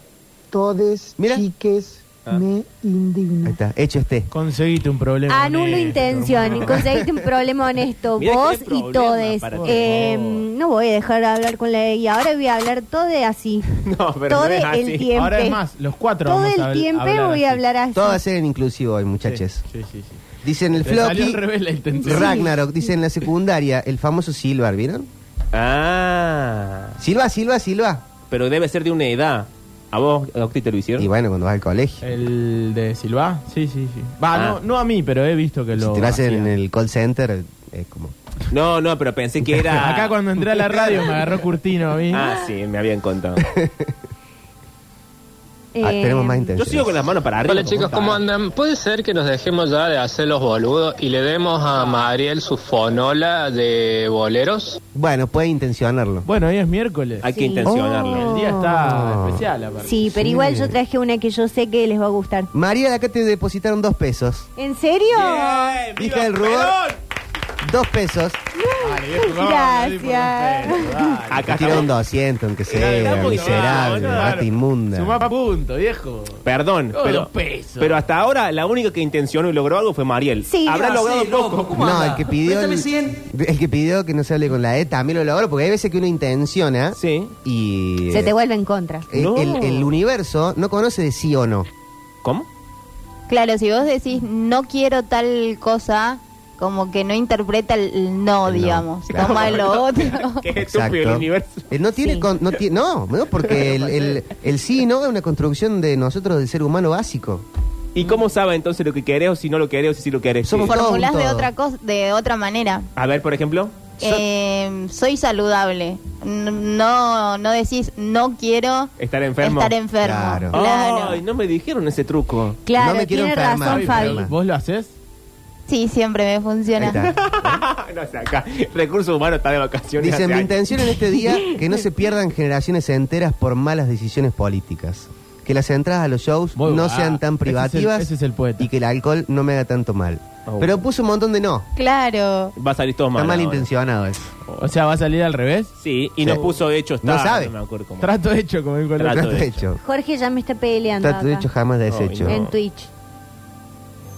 Speaker 11: Todes,
Speaker 1: Mira.
Speaker 11: chiques,
Speaker 6: Ah.
Speaker 11: me
Speaker 1: Ahí
Speaker 11: indigna.
Speaker 1: está. Hecho este.
Speaker 6: Conseguiste un problema.
Speaker 4: Anulo
Speaker 6: honesto,
Speaker 4: intención y
Speaker 6: hermano.
Speaker 4: conseguiste un problema honesto,
Speaker 2: Mira que
Speaker 4: vos
Speaker 2: hay
Speaker 4: y
Speaker 2: problema
Speaker 4: todes.
Speaker 2: para ti.
Speaker 4: Eh,
Speaker 2: Por favor.
Speaker 4: no voy a dejar de hablar con la E y ahora voy a hablar todo de así.
Speaker 2: No, pero
Speaker 4: todo
Speaker 2: no es así.
Speaker 4: el tiempo.
Speaker 6: Ahora es más, los cuatro
Speaker 4: Todo
Speaker 6: vamos a
Speaker 4: el
Speaker 6: habl-
Speaker 4: tiempo voy a
Speaker 6: así.
Speaker 4: hablar así.
Speaker 1: Todo va a ser en inclusivo hoy, muchachos.
Speaker 6: Sí, sí, sí.
Speaker 1: Dicen el
Speaker 6: Te salió al
Speaker 1: floppy.
Speaker 6: revés la intención.
Speaker 1: Ragnarok, dice en la secundaria, el famoso Silvar, ¿vieron?
Speaker 2: Ah.
Speaker 1: Silva, Silva, Silva.
Speaker 2: Pero debe ser de una edad. ¿A vos, Octi, te lo hicieron?
Speaker 1: Y bueno, cuando vas al
Speaker 2: Eh,
Speaker 1: colegio.
Speaker 6: ¿El de Silva? Sí, sí, sí. Va,
Speaker 2: Ah.
Speaker 6: no, no a mí, pero he visto que
Speaker 1: Si
Speaker 6: lo.
Speaker 1: te lo hacen en
Speaker 6: hacían.
Speaker 1: el call center, es como. ah,
Speaker 2: No, no, pero pensé que era...
Speaker 6: Acá cuando entré a la radio me agarró Curtino a mí.
Speaker 2: Ah, sí, me habían contado.
Speaker 1: Ah,
Speaker 4: Eh,
Speaker 1: tenemos más intención.
Speaker 2: Yo sigo con las manos para arriba.
Speaker 12: Hola chicos,
Speaker 2: como
Speaker 12: ¿cómo
Speaker 2: está.
Speaker 12: andan? ¿Puede ser que nos dejemos ya de hacer los boludos y le demos a Mariel su fonola de boleros?
Speaker 1: Bueno, puede intencionarlo.
Speaker 6: Bueno, hoy es miércoles.
Speaker 2: Hay que
Speaker 4: Sí.
Speaker 2: intencionarlo.
Speaker 6: El día está
Speaker 1: Oh.
Speaker 6: especial, aparte.
Speaker 4: Sí, pero
Speaker 1: Sí.
Speaker 4: igual yo traje una que yo sé que les va a gustar.
Speaker 1: María, acá te depositaron dos pesos.
Speaker 4: ¿En serio?
Speaker 2: Bien,
Speaker 1: Hija
Speaker 2: viva
Speaker 1: del rubor.
Speaker 2: Perón.
Speaker 1: Dos pesos.
Speaker 4: Gracias.
Speaker 1: Te
Speaker 2: Acá
Speaker 1: tiraron
Speaker 2: estamos-
Speaker 1: 200, aunque sea.
Speaker 2: estamos
Speaker 1: Miserable,
Speaker 2: innovados, claro.
Speaker 1: gata inmunda.
Speaker 6: Sumá punto, viejo.
Speaker 2: Perdón,
Speaker 6: Todo
Speaker 2: pero,
Speaker 6: peso.
Speaker 2: pero hasta ahora la única que intencionó y logró algo fue Mariel.
Speaker 4: Sí.
Speaker 2: Habrá
Speaker 4: Ya
Speaker 2: logrado poco.
Speaker 1: No, el que pidió. El, el que pidió que no se hable con la E también lo logró, porque hay veces que uno intenciona
Speaker 2: Sí.
Speaker 1: y.
Speaker 4: Se te vuelve en contra.
Speaker 1: el,
Speaker 2: No.
Speaker 1: el- el universo no conoce de sí o no.
Speaker 2: ¿Cómo?
Speaker 8: Claro, si vos decís no quiero tal cosa, como que no interpreta el no,
Speaker 1: El no,
Speaker 8: digamos.
Speaker 1: claro.
Speaker 8: Toma lo otro.
Speaker 2: Qué estúpido el universo.
Speaker 1: Eh, No tiene,
Speaker 4: Sí.
Speaker 1: con- no, tiene no, no, porque el, el- el sí y no es una construcción de nosotros, del ser humano básico.
Speaker 2: ¿Y cómo sabe entonces lo que querés o si no lo querés o si sí lo querés?
Speaker 1: Somos- todo
Speaker 8: Formulás
Speaker 1: un
Speaker 8: de
Speaker 1: todo.
Speaker 8: otra cosa, de otra manera.
Speaker 2: A ver, por ejemplo.
Speaker 8: Eh, soy saludable. N- No, no decís no quiero
Speaker 2: Estar enfermo.
Speaker 8: estar enfermo.
Speaker 1: Claro.
Speaker 8: Claro.
Speaker 2: Ay, no me dijeron ese truco.
Speaker 4: Claro,
Speaker 1: No me quiero
Speaker 4: tiene
Speaker 1: enfermar.
Speaker 4: razón,
Speaker 1: Ay,
Speaker 4: Fabi.
Speaker 1: pero-
Speaker 6: ¿Vos lo haces?
Speaker 8: Sí, siempre me
Speaker 1: Ahí
Speaker 8: funciona.
Speaker 1: está.
Speaker 2: Ah, no sé, acá. Recursos humanos está de vacaciones.
Speaker 1: Dicen,
Speaker 2: hace
Speaker 1: mi
Speaker 2: años.
Speaker 1: intención en este día que no se pierdan generaciones enteras por malas decisiones políticas. Que las entradas a los shows
Speaker 6: Muy
Speaker 1: no
Speaker 6: bueno.
Speaker 1: sean tan
Speaker 6: Ese es el-
Speaker 1: privativas
Speaker 6: ese es el poeta.
Speaker 1: y que el alcohol no me haga tanto mal.
Speaker 2: Oh.
Speaker 1: Pero puso un montón de no.
Speaker 8: Claro.
Speaker 2: Va a salir todo mal.
Speaker 1: Está mal
Speaker 2: ahora.
Speaker 1: intencionado eso.
Speaker 6: O sea, va a salir al revés.
Speaker 2: Sí, y
Speaker 1: Sí.
Speaker 2: nos puso hecho está.
Speaker 1: No sabe.
Speaker 2: me acuerdo cómo.
Speaker 6: Trato hecho, Oh, como dijo el
Speaker 2: Trato
Speaker 6: otro.
Speaker 1: Trato hecho.
Speaker 4: Jorge ya me está peleando.
Speaker 1: Trato
Speaker 4: acá,
Speaker 1: hecho jamás deshecho.
Speaker 2: hecho.
Speaker 4: En Twitch.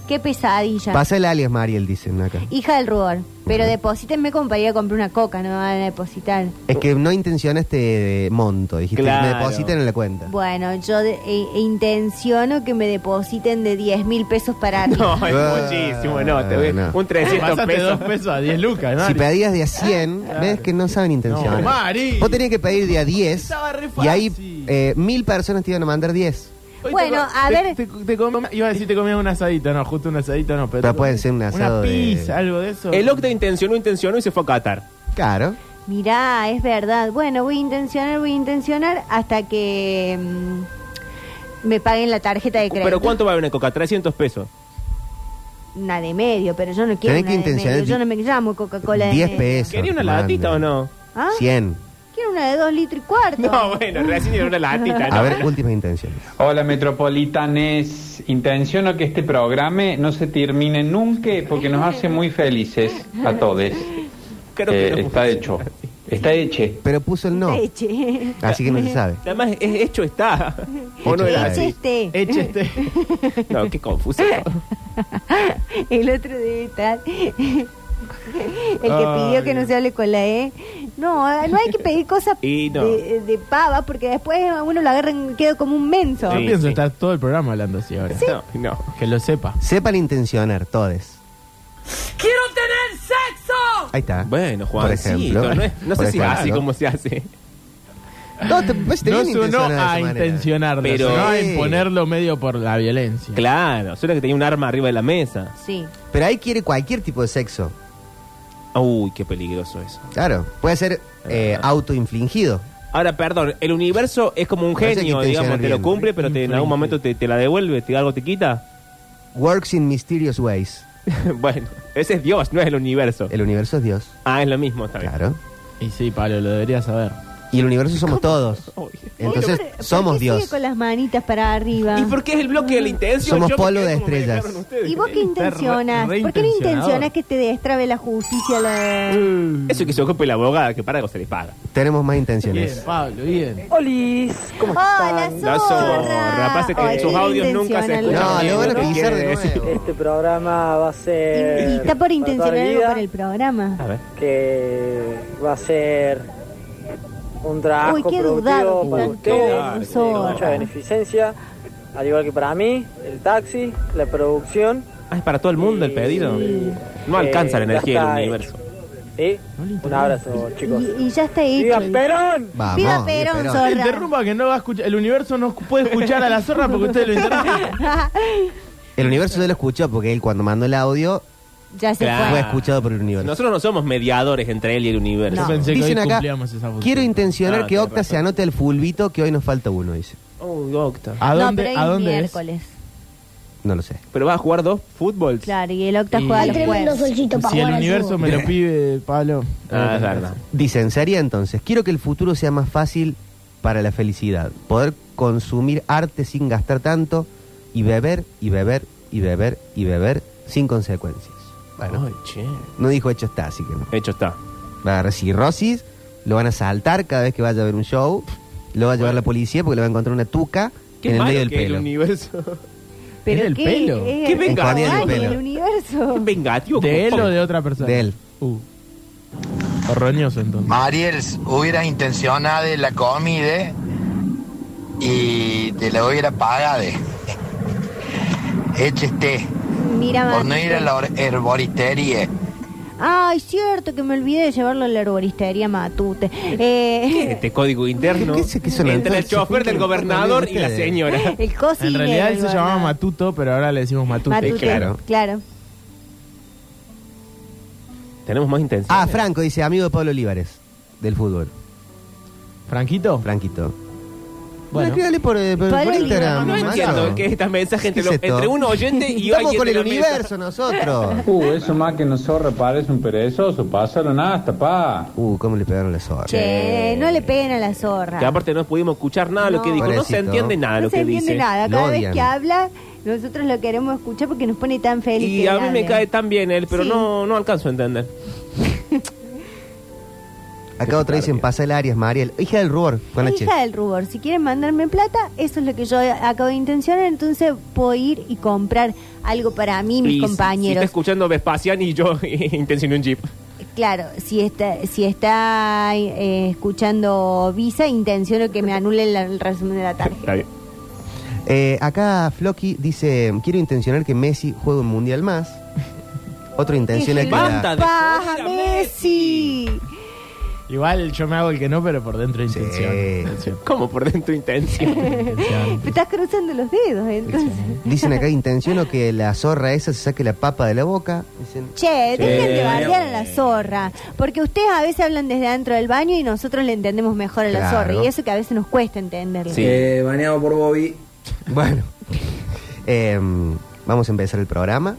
Speaker 4: Qué pesadilla.
Speaker 1: Pasa el alias Mariel, dicen acá.
Speaker 4: Hija del rubor. Pero deposítenme como para ir a comprar una coca, no me van a depositar.
Speaker 1: Es que no intencionaste monto. Dijiste,
Speaker 2: Claro.
Speaker 1: me depositen en la cuenta.
Speaker 4: Bueno, yo de- e- intenciono que me depositen de 10 mil pesos para
Speaker 2: No,
Speaker 4: arriba.
Speaker 2: es
Speaker 1: Ah,
Speaker 2: muchísimo, no, te voy-
Speaker 1: no.
Speaker 2: Un 300
Speaker 6: Pasaste
Speaker 2: pesos.
Speaker 6: dos pesos a 10 lucas, ¿no?
Speaker 1: Si pedías de a 100, ves que no saben intencionar.
Speaker 6: No, Mari.
Speaker 1: Vos tenías que pedir de a 10
Speaker 6: Estaba re
Speaker 1: y ahí
Speaker 6: fácil.
Speaker 1: eh, mil personas te iban a mandar 10.
Speaker 6: Hoy te
Speaker 4: Bueno,
Speaker 6: co-
Speaker 4: a
Speaker 6: te-
Speaker 4: ver.
Speaker 6: te- te comí- iba a decir te comías un asadito, no, justo un asadito no, pero.
Speaker 1: Pero pueden ser un asado
Speaker 6: Una
Speaker 1: de-
Speaker 6: pizza, algo de eso.
Speaker 2: El Octa intencionó, intencionó y se fue a Qatar.
Speaker 1: Claro.
Speaker 4: Mirá, es verdad. Bueno, voy a intencionar, voy a intencionar hasta que mm, me paguen la tarjeta de crédito.
Speaker 2: ¿Pero cuánto vale una coca? 300 pesos.
Speaker 4: Una de medio, pero yo no quiero
Speaker 1: Tenés
Speaker 4: una
Speaker 1: que
Speaker 4: de
Speaker 1: intencionar
Speaker 4: medio. Yo no me llamo Coca-Cola de
Speaker 1: 10
Speaker 4: medio.
Speaker 1: pesos.
Speaker 2: ¿Quería una
Speaker 1: te mandan.
Speaker 2: latita o no?
Speaker 4: ¿Ah?
Speaker 1: 100.
Speaker 4: Quiero una de 2 litros y cuarto.
Speaker 2: No, bueno, recién era una latita. ¿no?
Speaker 1: A ver, últimas intenciones.
Speaker 13: Hola Metropolitanes, intenciono que este programa no se termine nunca porque nos hace muy felices a todos.
Speaker 2: Creo que
Speaker 13: Eh,
Speaker 2: no
Speaker 13: está hecho, está hecho.
Speaker 1: Pero puso el no.
Speaker 4: Eche.
Speaker 1: Así que no se sabe.
Speaker 2: Además, es- hecho está. ¿O no
Speaker 1: Hecho
Speaker 2: era
Speaker 1: está.
Speaker 2: así?
Speaker 4: este.
Speaker 6: Eche este.
Speaker 2: No, qué confuso.
Speaker 4: El otro debe estar. El que pidió que no se hable con la E. No, no hay que pedir cosas
Speaker 2: Y no.
Speaker 4: de, de pava porque después a uno lo agarran y queda como un menso.
Speaker 6: Yo
Speaker 2: Sí,
Speaker 6: pienso
Speaker 2: sí.
Speaker 6: estar todo el programa hablando así ahora.
Speaker 2: No, no.
Speaker 6: Que lo sepa.
Speaker 1: Sepan intencionar, todes.
Speaker 5: ¡Quiero tener sexo!
Speaker 1: Ahí está.
Speaker 2: Bueno, Juan,
Speaker 1: Por ejemplo.
Speaker 2: no, es- no
Speaker 1: Por
Speaker 2: sé si
Speaker 1: ejemplo.
Speaker 2: así como se hace.
Speaker 1: No, te, pues, ves, te
Speaker 6: No
Speaker 1: viene
Speaker 6: sonó
Speaker 1: intencionado de esa
Speaker 6: a
Speaker 1: manera.
Speaker 6: intencionarlo,
Speaker 2: Pero-
Speaker 6: sonó a
Speaker 1: Sí.
Speaker 6: imponerlo medio por la violencia.
Speaker 2: Claro, solo que tenía un arma arriba de la mesa.
Speaker 4: Sí.
Speaker 1: Pero ahí quiere cualquier tipo de sexo.
Speaker 2: Uy, qué peligroso eso.
Speaker 1: Claro. Puede ser eh, autoinfligido.
Speaker 2: Ahora, perdón, el universo es como un
Speaker 1: Parece que
Speaker 2: genio,
Speaker 1: te
Speaker 2: digamos,
Speaker 1: llegan
Speaker 2: te lo
Speaker 1: bien.
Speaker 2: cumple, pero te- en algún momento te, te la devuelve, te, algo te quita.
Speaker 1: Works in mysterious ways.
Speaker 2: bueno, ese es Dios, no es el universo.
Speaker 1: El universo es Dios.
Speaker 2: Ah, es lo mismo, está bien.
Speaker 1: Claro.
Speaker 6: Y sí, Pablo, lo deberías saber.
Speaker 1: Y el universo somos todos.
Speaker 2: Obvio.
Speaker 1: Entonces,
Speaker 4: Pero, ¿por
Speaker 1: somos
Speaker 4: qué
Speaker 1: Dios.
Speaker 4: Sigue con las manitas para arriba.
Speaker 2: ¿Y por qué es el bloque de la intención?
Speaker 1: Somos
Speaker 2: Yo me
Speaker 1: polo
Speaker 2: quedé
Speaker 1: de
Speaker 2: como me
Speaker 1: estrellas.
Speaker 2: dejaron ustedes.
Speaker 4: ¿Y vos qué
Speaker 6: Está re-
Speaker 4: intencionas? ¿Por qué no
Speaker 6: reintencionador.
Speaker 4: intencionas que te destrabe la justicia? La...
Speaker 2: Eso que se ocupe la abogada, que para algo se les paga.
Speaker 1: Tenemos más
Speaker 6: Bien,
Speaker 1: intenciones.
Speaker 6: Pablo, bien.
Speaker 5: ¡Olis!
Speaker 4: ¡Hola, ¡Ah, zorra!
Speaker 2: Mm, La zorra. Pasa que
Speaker 4: Ay,
Speaker 2: en sus
Speaker 4: qué
Speaker 2: audios nunca se
Speaker 4: intencional.
Speaker 2: escucha
Speaker 1: No,
Speaker 2: bien
Speaker 1: lo van a
Speaker 2: que
Speaker 1: pisar
Speaker 2: quiere
Speaker 1: de
Speaker 2: decir.
Speaker 1: nuevo.
Speaker 9: Este programa va a
Speaker 4: Y-
Speaker 9: ser.
Speaker 4: y está por intencionar
Speaker 9: para toda
Speaker 4: algo
Speaker 9: la
Speaker 4: para el
Speaker 9: vida,
Speaker 4: programa.
Speaker 2: A ver.
Speaker 9: Que va a ser un trabajo
Speaker 4: Uy, qué dudado
Speaker 9: productivo
Speaker 4: que
Speaker 9: para
Speaker 4: están todos,
Speaker 9: ustedes, con mucha
Speaker 4: zorra.
Speaker 9: beneficencia, al igual que para mí, el taxi, la producción.
Speaker 2: Ah, es para todo el mundo el pedido.
Speaker 9: Sí.
Speaker 2: No alcanza la
Speaker 9: Eh,
Speaker 2: energía
Speaker 9: ya
Speaker 2: del
Speaker 9: está
Speaker 2: universo.
Speaker 14: ¿Sí? Un abrazo, chicos.
Speaker 4: Y ya está hecho.
Speaker 14: ¡Viva Perón!
Speaker 1: Vamos,
Speaker 4: ¡Viva Perón,
Speaker 1: viva Perón.
Speaker 4: zorra!
Speaker 6: Interrumpa que no va a escuchar. El universo no puede escuchar a la zorra porque ustedes lo interrumpen.
Speaker 1: El universo ya lo escuchó porque él cuando mandó el audio
Speaker 4: ya se
Speaker 2: Claro.
Speaker 1: fue escuchado por el universo.
Speaker 2: Ah. Nosotros no somos mediadores entre él y el universo.
Speaker 6: Yo pensé que
Speaker 1: Dicen
Speaker 6: hoy
Speaker 1: acá,
Speaker 6: cumplíamos esa función.
Speaker 1: Quiero intencionar
Speaker 2: Ah,
Speaker 1: que
Speaker 2: tenés
Speaker 1: Octa se anote el fulbito que hoy nos falta uno, dice.
Speaker 2: Uy, Octa.
Speaker 6: ¿A
Speaker 4: fue. No,
Speaker 6: dónde,
Speaker 4: pero hoy
Speaker 6: ¿a
Speaker 4: es
Speaker 6: dónde es?
Speaker 4: miércoles.
Speaker 1: No lo sé.
Speaker 2: Pero va a jugar dos fútbol.
Speaker 4: Claro, y el octa
Speaker 6: Y-
Speaker 4: juega
Speaker 6: Ay,
Speaker 4: los
Speaker 15: Tremendo
Speaker 4: jueves.
Speaker 15: solcito para
Speaker 6: Si el
Speaker 15: jugar al
Speaker 6: universo
Speaker 15: fútbol.
Speaker 6: me lo pide, Pablo.
Speaker 2: Ah, es verdad.
Speaker 1: Dicen, sería entonces, quiero que el futuro sea más fácil para la felicidad. Poder consumir arte sin gastar tanto y beber y beber y beber y beber sin consecuencias. Bueno,
Speaker 2: Ay, che.
Speaker 1: no dijo hecho está, así que no.
Speaker 2: Hecho está.
Speaker 1: Va a agarrar cirrosis, lo van a saltar cada vez que vaya a ver un show, lo va a llevar la policía porque le va a encontrar una tuca
Speaker 2: Qué
Speaker 1: en el
Speaker 2: malo
Speaker 1: medio del
Speaker 2: que el
Speaker 1: pelo.
Speaker 2: universo.
Speaker 4: Pero
Speaker 6: Era el
Speaker 4: qué-
Speaker 6: pelo.
Speaker 4: eh,
Speaker 2: Qué venga.
Speaker 4: Ay,
Speaker 1: Era el pelo.
Speaker 4: el universo.
Speaker 2: Vengativo. como
Speaker 6: ¿De él
Speaker 2: pobre.
Speaker 6: o de otra persona?
Speaker 1: De él.
Speaker 6: Uh. Horroñoso entonces.
Speaker 16: Mariel, hubieras intencionado la comida y te la hubiera pagado. Échate,
Speaker 4: Mira,
Speaker 16: por no
Speaker 4: Mati.
Speaker 16: ir a la hor- herboristería.
Speaker 4: Ay, cierto que me olvidé de llevarlo a la arboristería Matute. Eh,
Speaker 2: Este código interno.
Speaker 1: ¿Qué- qué se- qué son
Speaker 2: entre el
Speaker 1: entonces?
Speaker 2: chofer del gobernador y la señora.
Speaker 4: el cocinero.
Speaker 6: En realidad él se
Speaker 4: ¿verdad?
Speaker 6: llamaba Matuto, pero ahora le decimos Matute.
Speaker 4: Matute,
Speaker 2: claro.
Speaker 4: claro.
Speaker 2: Tenemos más intención.
Speaker 1: Ah, Franco dice, amigo de Pablo Olivares, del fútbol.
Speaker 6: ¿Franquito?
Speaker 1: Franquito. Bueno,
Speaker 6: Bueno.
Speaker 1: escríbale por, eh, por-
Speaker 4: Pablo
Speaker 1: por
Speaker 4: Olivares.
Speaker 1: Instagram.
Speaker 2: No
Speaker 1: Mazo.
Speaker 2: entiendo que estas mensajes
Speaker 1: ¿Qué
Speaker 2: entre,
Speaker 1: es
Speaker 2: los-
Speaker 1: esto?
Speaker 2: entre un oyente y
Speaker 1: Estamos
Speaker 2: alguien
Speaker 1: con
Speaker 2: de
Speaker 1: el
Speaker 2: la mesa.
Speaker 1: universo nosotros.
Speaker 13: Uh, eso más que no zorra parece un perezoso. Pasaron hasta, pa.
Speaker 1: Uh, cómo le pegaron la zorra.
Speaker 4: Che, no le peguen a la
Speaker 2: Que
Speaker 4: zorra.
Speaker 2: aparte no pudimos escuchar nada de lo que
Speaker 4: No.
Speaker 2: dijo. No se
Speaker 1: Pobrecito.
Speaker 2: entiende nada de
Speaker 4: No
Speaker 2: ah, lo
Speaker 4: se
Speaker 2: que
Speaker 4: entiende
Speaker 2: dice.
Speaker 4: nada.
Speaker 1: Lo
Speaker 4: Cada vez
Speaker 1: odian.
Speaker 4: que habla, nosotros lo queremos escuchar porque nos pone tan feliz.
Speaker 2: Y
Speaker 4: que
Speaker 2: a mí me
Speaker 4: hable.
Speaker 2: cae tan bien él, pero
Speaker 4: Sí.
Speaker 2: no, no alcanzo a entender.
Speaker 1: Acá otra dicen, pasa el Arias, Mariel. Hija del rubor, con H.
Speaker 4: Hija del rubor, si quieren mandarme plata, eso es lo que yo acabo de intencionar, entonces puedo ir y comprar algo para mí y mis
Speaker 2: Y si- Si está
Speaker 4: compañeros.
Speaker 2: escuchando Vespasian y yo intencioné un jeep.
Speaker 4: claro, si está, si está eh, escuchando Visa, intenciono que me anulen la- el resumen de la
Speaker 2: Está
Speaker 4: tarjeta.
Speaker 2: bien.
Speaker 1: Eh, acá Floki dice, quiero intencionar que Messi juegue un mundial más. Otro intenciona que... la-
Speaker 2: Banda de
Speaker 4: ¡Baja
Speaker 2: joder a
Speaker 4: Messi!
Speaker 6: Igual yo me hago el que no, pero por dentro de
Speaker 1: Sí.
Speaker 6: intención. Intención.
Speaker 2: Como por dentro intención.
Speaker 6: Intención.
Speaker 4: Te estás cruzando los dedos, entonces.
Speaker 1: Dicen acá, intenciono que la zorra esa se saque la papa de la boca. Dicen,
Speaker 4: Che, dejen de bardear a la zorra, porque ustedes a veces hablan desde dentro del baño y nosotros le entendemos mejor a la
Speaker 1: Claro.
Speaker 4: zorra, y eso que a veces nos cuesta entenderlo.
Speaker 2: Sí.
Speaker 14: Eh, baneado por Bobby.
Speaker 1: bueno. Eh, vamos a empezar el programa,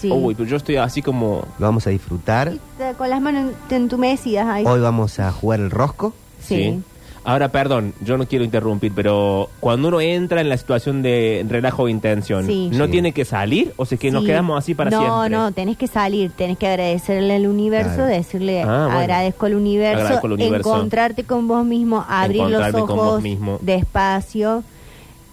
Speaker 4: Sí.
Speaker 2: Uy, pero yo estoy así como.
Speaker 1: lo vamos a disfrutar.
Speaker 4: Está Con las manos entumecidas ahí.
Speaker 1: Hoy vamos a jugar el rosco.
Speaker 4: Sí.
Speaker 2: Ahora, perdón, yo no quiero interrumpir, pero cuando uno entra en la situación de relajo de intención,
Speaker 4: Sí.
Speaker 2: ¿no
Speaker 1: Sí.
Speaker 2: tiene que salir? O sea, que nos
Speaker 4: Sí.
Speaker 2: quedamos así para
Speaker 4: no,
Speaker 2: siempre.
Speaker 4: No, tenés que salir, tenés que agradecerle al universo,
Speaker 1: Claro.
Speaker 4: decirle
Speaker 2: Ah, bueno.
Speaker 4: agradezco al universo,
Speaker 2: Agradezco al universo.
Speaker 4: encontrarte con vos mismo, abrir los
Speaker 2: Encontrarme con vos
Speaker 4: ojos
Speaker 2: mismo.
Speaker 4: despacio,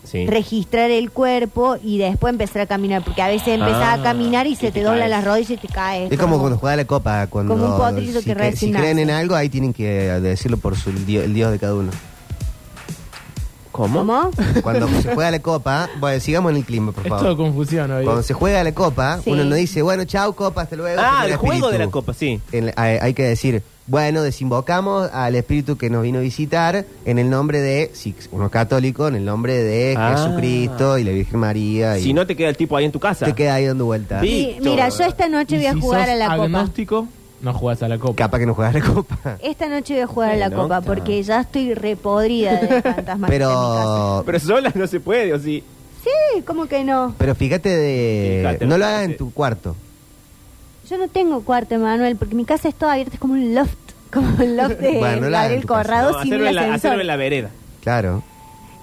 Speaker 2: Sí.
Speaker 4: registrar el cuerpo y después empezar a caminar, porque a veces empezás
Speaker 2: Ah,
Speaker 4: a caminar y
Speaker 2: y
Speaker 4: se
Speaker 2: te
Speaker 4: te doblan
Speaker 2: caes.
Speaker 4: las rodillas y te caes.
Speaker 1: Es como cuando jugaba la copa, cuando
Speaker 4: Como un potrillo
Speaker 1: si,
Speaker 4: que
Speaker 1: cre-
Speaker 4: recién
Speaker 1: si creen en
Speaker 4: nace.
Speaker 1: algo, ahí tienen que decirlo por su, dio- el dios de cada uno.
Speaker 2: ¿Cómo?
Speaker 4: ¿Cómo?
Speaker 1: Cuando se juega la copa, bueno, sigamos en el clima, por
Speaker 6: Es todo
Speaker 1: favor.
Speaker 6: confusión hoy.
Speaker 1: Cuando se juega la copa,
Speaker 4: Sí.
Speaker 1: uno no dice, bueno, chau, copa, hasta luego.
Speaker 2: Ah,
Speaker 1: señor
Speaker 2: el juego
Speaker 1: espíritu.
Speaker 2: de la copa, sí.
Speaker 1: En la- hay, hay que decir, bueno, desinvocamos al espíritu que nos vino a visitar en el nombre de, si uno es católico, en el nombre de
Speaker 2: Ah.
Speaker 1: Jesucristo y la Virgen María. Y
Speaker 2: Si no te queda el tipo ahí en tu casa.
Speaker 1: te queda ahí dando vuelta.
Speaker 2: Sí.
Speaker 4: Y mira, yo esta noche
Speaker 6: Y
Speaker 4: voy a
Speaker 6: si
Speaker 4: jugar
Speaker 6: sos
Speaker 4: a la copa.
Speaker 6: agnóstico, no jugás a la copa.
Speaker 1: Capaz que no juegas la copa.
Speaker 4: Esta noche voy a jugar a la
Speaker 2: Bueno,
Speaker 4: copa
Speaker 2: está.
Speaker 4: porque ya estoy repodrida de fantasmas.
Speaker 1: Pero,
Speaker 2: Pero sola no se puede, o sí.
Speaker 4: Sí, ¿cómo que no?
Speaker 1: pero fíjate de...
Speaker 2: Fíjate,
Speaker 1: no lo
Speaker 2: fíjate.
Speaker 1: hagas en tu cuarto.
Speaker 4: Yo no tengo cuarto, Manuel, porque mi casa es toda abierta, es como un loft, como el loft de
Speaker 1: Bueno, no la hagan en
Speaker 4: Gabriel
Speaker 1: tu casa.
Speaker 4: Corrado sin
Speaker 2: hacerlo,
Speaker 4: el
Speaker 2: en la, hacerlo
Speaker 4: ascensor.
Speaker 2: en la vereda.
Speaker 1: Claro.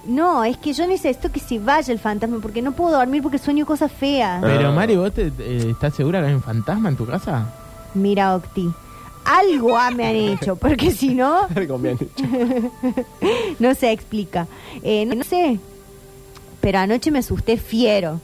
Speaker 4: No, es que yo necesito que se vaya el fantasma, porque no puedo dormir porque sueño cosas feas.
Speaker 6: Pero
Speaker 2: Ah.
Speaker 6: Mari, ¿vos te, eh, estás segura que hay un fantasma en tu casa?
Speaker 4: Mira, Octi, algo ah, me han hecho, porque si no,
Speaker 2: Algo me han dicho.
Speaker 4: no se explica. Eh, no sé, pero anoche me asusté fiero.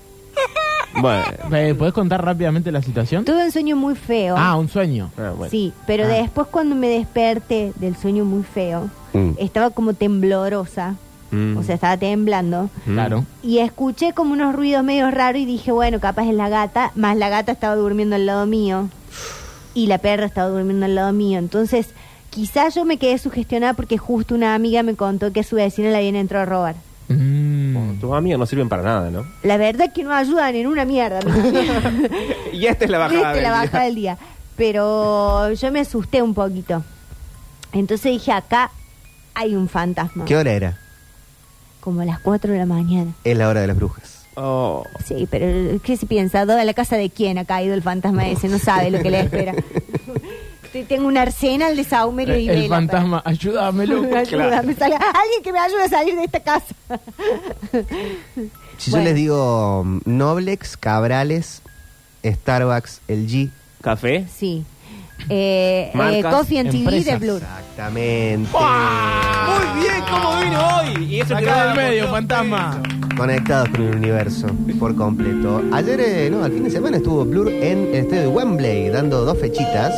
Speaker 2: Bueno.
Speaker 6: Eh, ¿Podés contar rápidamente la situación?
Speaker 4: Tuve un sueño muy feo.
Speaker 6: Ah, un sueño.
Speaker 2: Ah, bueno.
Speaker 4: Sí, pero
Speaker 6: Ah.
Speaker 4: después cuando me desperté del sueño muy feo,
Speaker 1: Mm.
Speaker 4: estaba como temblorosa,
Speaker 2: Mm.
Speaker 4: o sea, estaba temblando.
Speaker 2: Mm.
Speaker 6: Claro.
Speaker 4: Y escuché como unos ruidos medio raros y dije, bueno, capaz es la gata, más la gata estaba durmiendo al lado mío. y la perra estaba durmiendo al lado mío. Entonces, quizás yo me quedé sugestionada porque justo una amiga me contó que a su vecina la habían entrado a robar.
Speaker 6: Mm.
Speaker 2: Oh, Tus amigas no sirven para nada, ¿no?
Speaker 4: La verdad es que no ayudan en una mierda. ¿no?
Speaker 2: Y esta es la bajada.
Speaker 4: Viste
Speaker 2: del
Speaker 4: la
Speaker 2: día.
Speaker 4: baja del día. Pero yo me asusté un poquito. Entonces dije, acá hay un fantasma.
Speaker 1: ¿Qué hora era?
Speaker 4: Como a las 4 de la mañana.
Speaker 1: Es la hora de las brujas.
Speaker 4: Sí, pero ¿qué se piensa? ¿Dónde la casa de quién ha caído el fantasma ese? No sabe lo que le espera. Te- Tengo un arsenal de saumerio y
Speaker 6: Eh, El
Speaker 4: vela.
Speaker 6: fantasma, ayúdamelo.
Speaker 4: pero- Ayúdame, sale- Alguien que me ayude a salir de esta casa.
Speaker 1: Si yo
Speaker 4: Bueno.
Speaker 1: les digo mm, Noblex, Cabrales, Starbucks, el G.
Speaker 2: ¿Café?
Speaker 4: Sí. Eh, eh, Coffee and TV de Blur.
Speaker 1: Exactamente.
Speaker 2: Muy bien, ¿cómo vino hoy? Y eso que
Speaker 6: Acá
Speaker 2: no-
Speaker 6: del medio, fantasma.
Speaker 1: Conectados con el universo por completo. Ayer, eh, no, al fin de semana estuvo Blur en el estadio de Wembley dando dos fechitas.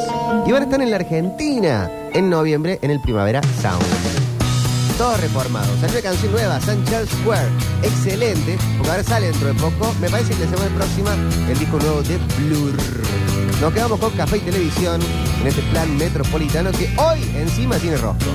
Speaker 1: Y van a estar en la Argentina en noviembre en el Primavera Sound. Todos reformados. Salió una canción nueva, San Charles Square. Excelente, porque ahora sale dentro de poco. Me parece que la semana próxima el disco nuevo de Blur. Nos quedamos con Café y Televisión en este plan metropolitano que hoy encima tiene rostro.